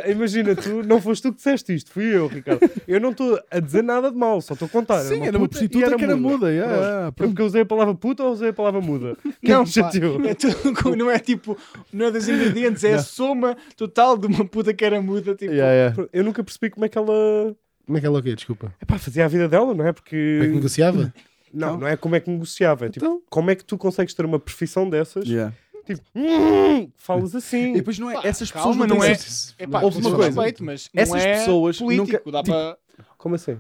Imagina, tu não foste tu que disseste isto, fui eu, Ricardo. Eu não estou a dizer nada de mal, só estou a contar. Sim, era uma puta e prostituta que era muda. yeah, Pronto. yeah, Foi pronto. porque eu usei a palavra puta ou usei a palavra muda? Que Não, me chateou. pá, é tudo com- não é tipo, não é dos ingredientes, é a soma total de uma puta que era muda. Tipo, Yeah, yeah. Eu nunca percebi como é que ela Como é que ela o quê? Desculpa. Epá, fazia a vida dela, não é? Eh, Como é que Porque. negociava? Não, não é como é que negociava. É tipo, como é que tu consegues ter uma profissão dessas? Yeah. Tipo, "Hum", falas assim. E depois não é, Pá, essas pessoas calma, não não têm é- certeza. Epá, Houve com uma todo coisa. respeito, mas não Essas é pessoas político, nunca- dá tipo, para... Como assim?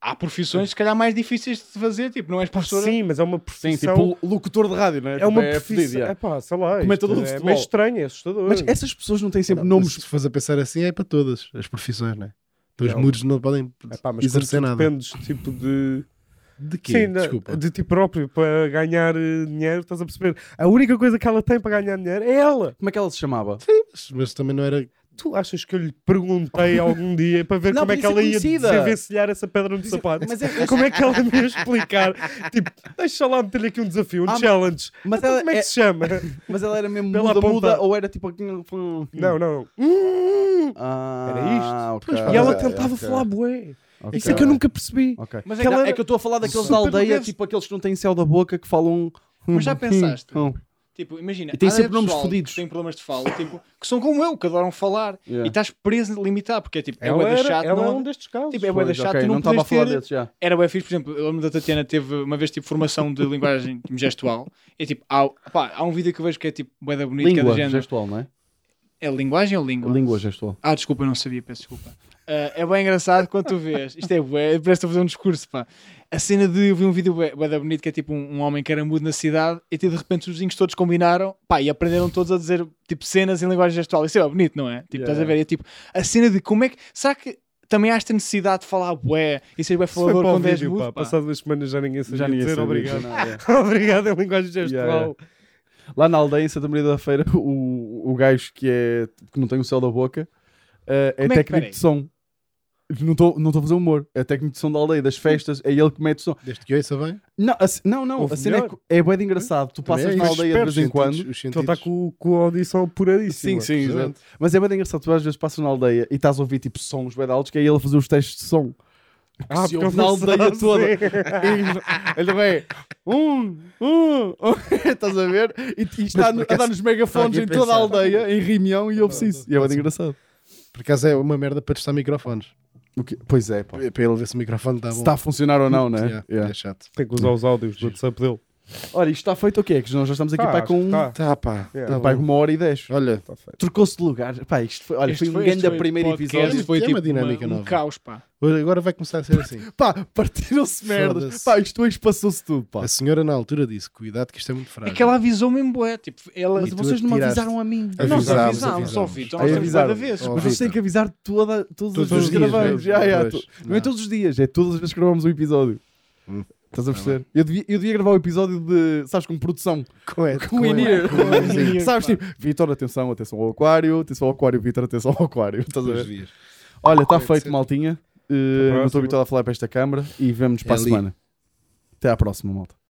Há profissões, se calhar, mais difíceis de se fazer, tipo, não és pastora. Sim, mas é uma Sim, profissão. tipo locutor de rádio, né? é uma Tipo, profissão. fedido, yeah. Epá, sei lá. isto Comentador de é futebol. meio estranho, é assustador. Mas essas pessoas Ah, não têm sempre Mas nomes. se fores a pensar assim, é para todas as profissões, não é? Então os Não. muros não podem Epá, mas quando exercer tu nada. dependes tipo de. De quê? Sim, Desculpa. de, de ti próprio para ganhar eh, dinheiro, estás a perceber? A única coisa que ela tem para ganhar dinheiro é ela. Como é que ela se chamava? Mas- Mas também não era. Tu achas que eu lhe perguntei algum dia para ver Não, como é podia que ela ser ia conhecida. desenvencilhar essa pedra no sapato? mas é- Como é que ela me ia explicar? tipo, deixa lá meter-lhe aqui um desafio, um Ah, mas- challenge. Mas Então, ela, como é que é- se chama? mas ela era mesmo Pela muda, ponta. muda ou era tipo. não, não, não. Hum. Ah, Era isto. Pois, E ela ok, tentava ok. falar bué. Isso é que eu nunca percebi. Ok. Mas Mas é é, que que, ela é que eu estou a falar daqueles super da aldeia, burgueses. tipo aqueles que não têm céu da boca, que falam. um- Mas já pensaste? Hum. Tipo, imagina, E tem há sempre pessoal nomes que fodidos. É. Tem problemas de fala, tipo, que são como eu, que adoram falar. Yeah. E estás preso, limitado, porque é tipo, é Ela, bué da era, chato. ela é Não... um destes casos. Tipo, é bué Pois, da chato ok, e não, não estava a podes falar ter- desses já. Era bué fixe, por exemplo, eu lembro da Tatiana teve uma vez tipo formação de linguagem gestual. É tipo, há, pá, há um vídeo que eu vejo que é tipo bué da bonita, que é do Língua género. gestual, não é? É linguagem ou língua? Língua gestual. Ah, desculpa, eu não sabia, peço desculpa. Ah, é bem engraçado quando tu vês. Isto é bué, parece que estou a fazer um discurso, pá. A cena de eu vi um vídeo bué, bué da bonito que é tipo um, um homem que era mudo na cidade e tipo, de repente os vizinhos todos combinaram, pá, e aprenderam todos a dizer tipo cenas em linguagem gestual. Isso é bué bonito, não é? Tipo, estás a ver? E é tipo, a cena de como é que. Será que também há esta necessidade de falar bué e ser bué Foi falador para o com 10 vídeo, pá. minutos. Passado duas semanas já ninguém sabia Já ninguém dizer sabia obrigado. dizer nada. obrigado em linguagem gestual. Yeah, Lá na aldeia, em Santa Maria da Feira, o, o gajo que, é, que não tem o céu da boca eh, é Como é que- técnico peraí. de som. Não estou não tô a fazer humor. É técnico de som da aldeia, das festas, é ele que mete o som. Desde que ouça bem. Não, a, ce- não, não, Ouve a cena é, melhor. co- é bué de engraçado. Tu passas Também é na isso. aldeia de vez em Os sentidos- quando. tá Os Então sentidos. está com, com a audição Sim, puradíssima. sim, exato. precisamente. Mas é bem engraçado, tu às vezes passas na aldeia e estás a ouvir tipo sons bem altos, que é ele a fazer os testes de som. Ah, se porque ouve na eu não aldeia sei. toda. E- Ele vai um, um, um, estás a ver? E, e está no- a dar-nos megafones em estava aqui a toda a pensar. aldeia, em Rimião, e ouve-se isso. E é bem engraçado. Por acaso é uma merda para testar microfones. O quê? Pois é, pá. Para para ele ver se o microfone está Tá bom. Se está a funcionar ou não, né? Yeah, Yeah. É chato. Tem que usar os áudios do WhatsApp dele. Olha, isto está feito o quê? É Que nós já estamos aqui Tá, pá, acho com um que tá. Tá, pá. Yeah. tá pá, bom. uma hora e dez. Olha, Está feito. Trocou-se de lugar. Pá, isto foi, olha, Este foi um foi- este grande foi um primeiro podcast. episódio. Este foi É tipo uma dinâmica um nova. caos, pá. Agora vai começar a ser assim. Pá, partiram-se merdas. Foda-se. Pá, isto hoje passou-se tudo, pá. A senhora na altura disse: cuidado que isto é muito É frágil. que ela avisou mesmo bué, tipo, ela... Mas vocês não me tiraste. avisaram a mim. Avisámos, Nós avisámos. avisámos, só ouvi, então Aí nós temos bué de avisaram. vezes. Oh, Mas vocês têm que avisar toda, todas Todos as os vezes que dias gravamos. mesmo, Já, já, depois. to- Não é Não. todos os dias, é todas as vezes que gravamos um episódio. Hum. Estás a perceber? Eu devia, eu devia gravar o episódio de, sabes, com produção. Com o Enir. Enir, Sabes, pá. tipo, Vitor, atenção, atenção ao aquário, atenção ao aquário, Vitor, atenção ao aquário. Estás a Todos os ver? dias. Olha, está Tem que feito, ser. maltinha. Uh, não estou próxima. habituado a falar para esta câmara e vemos-nos para a ali. semana. Até à próxima, malta.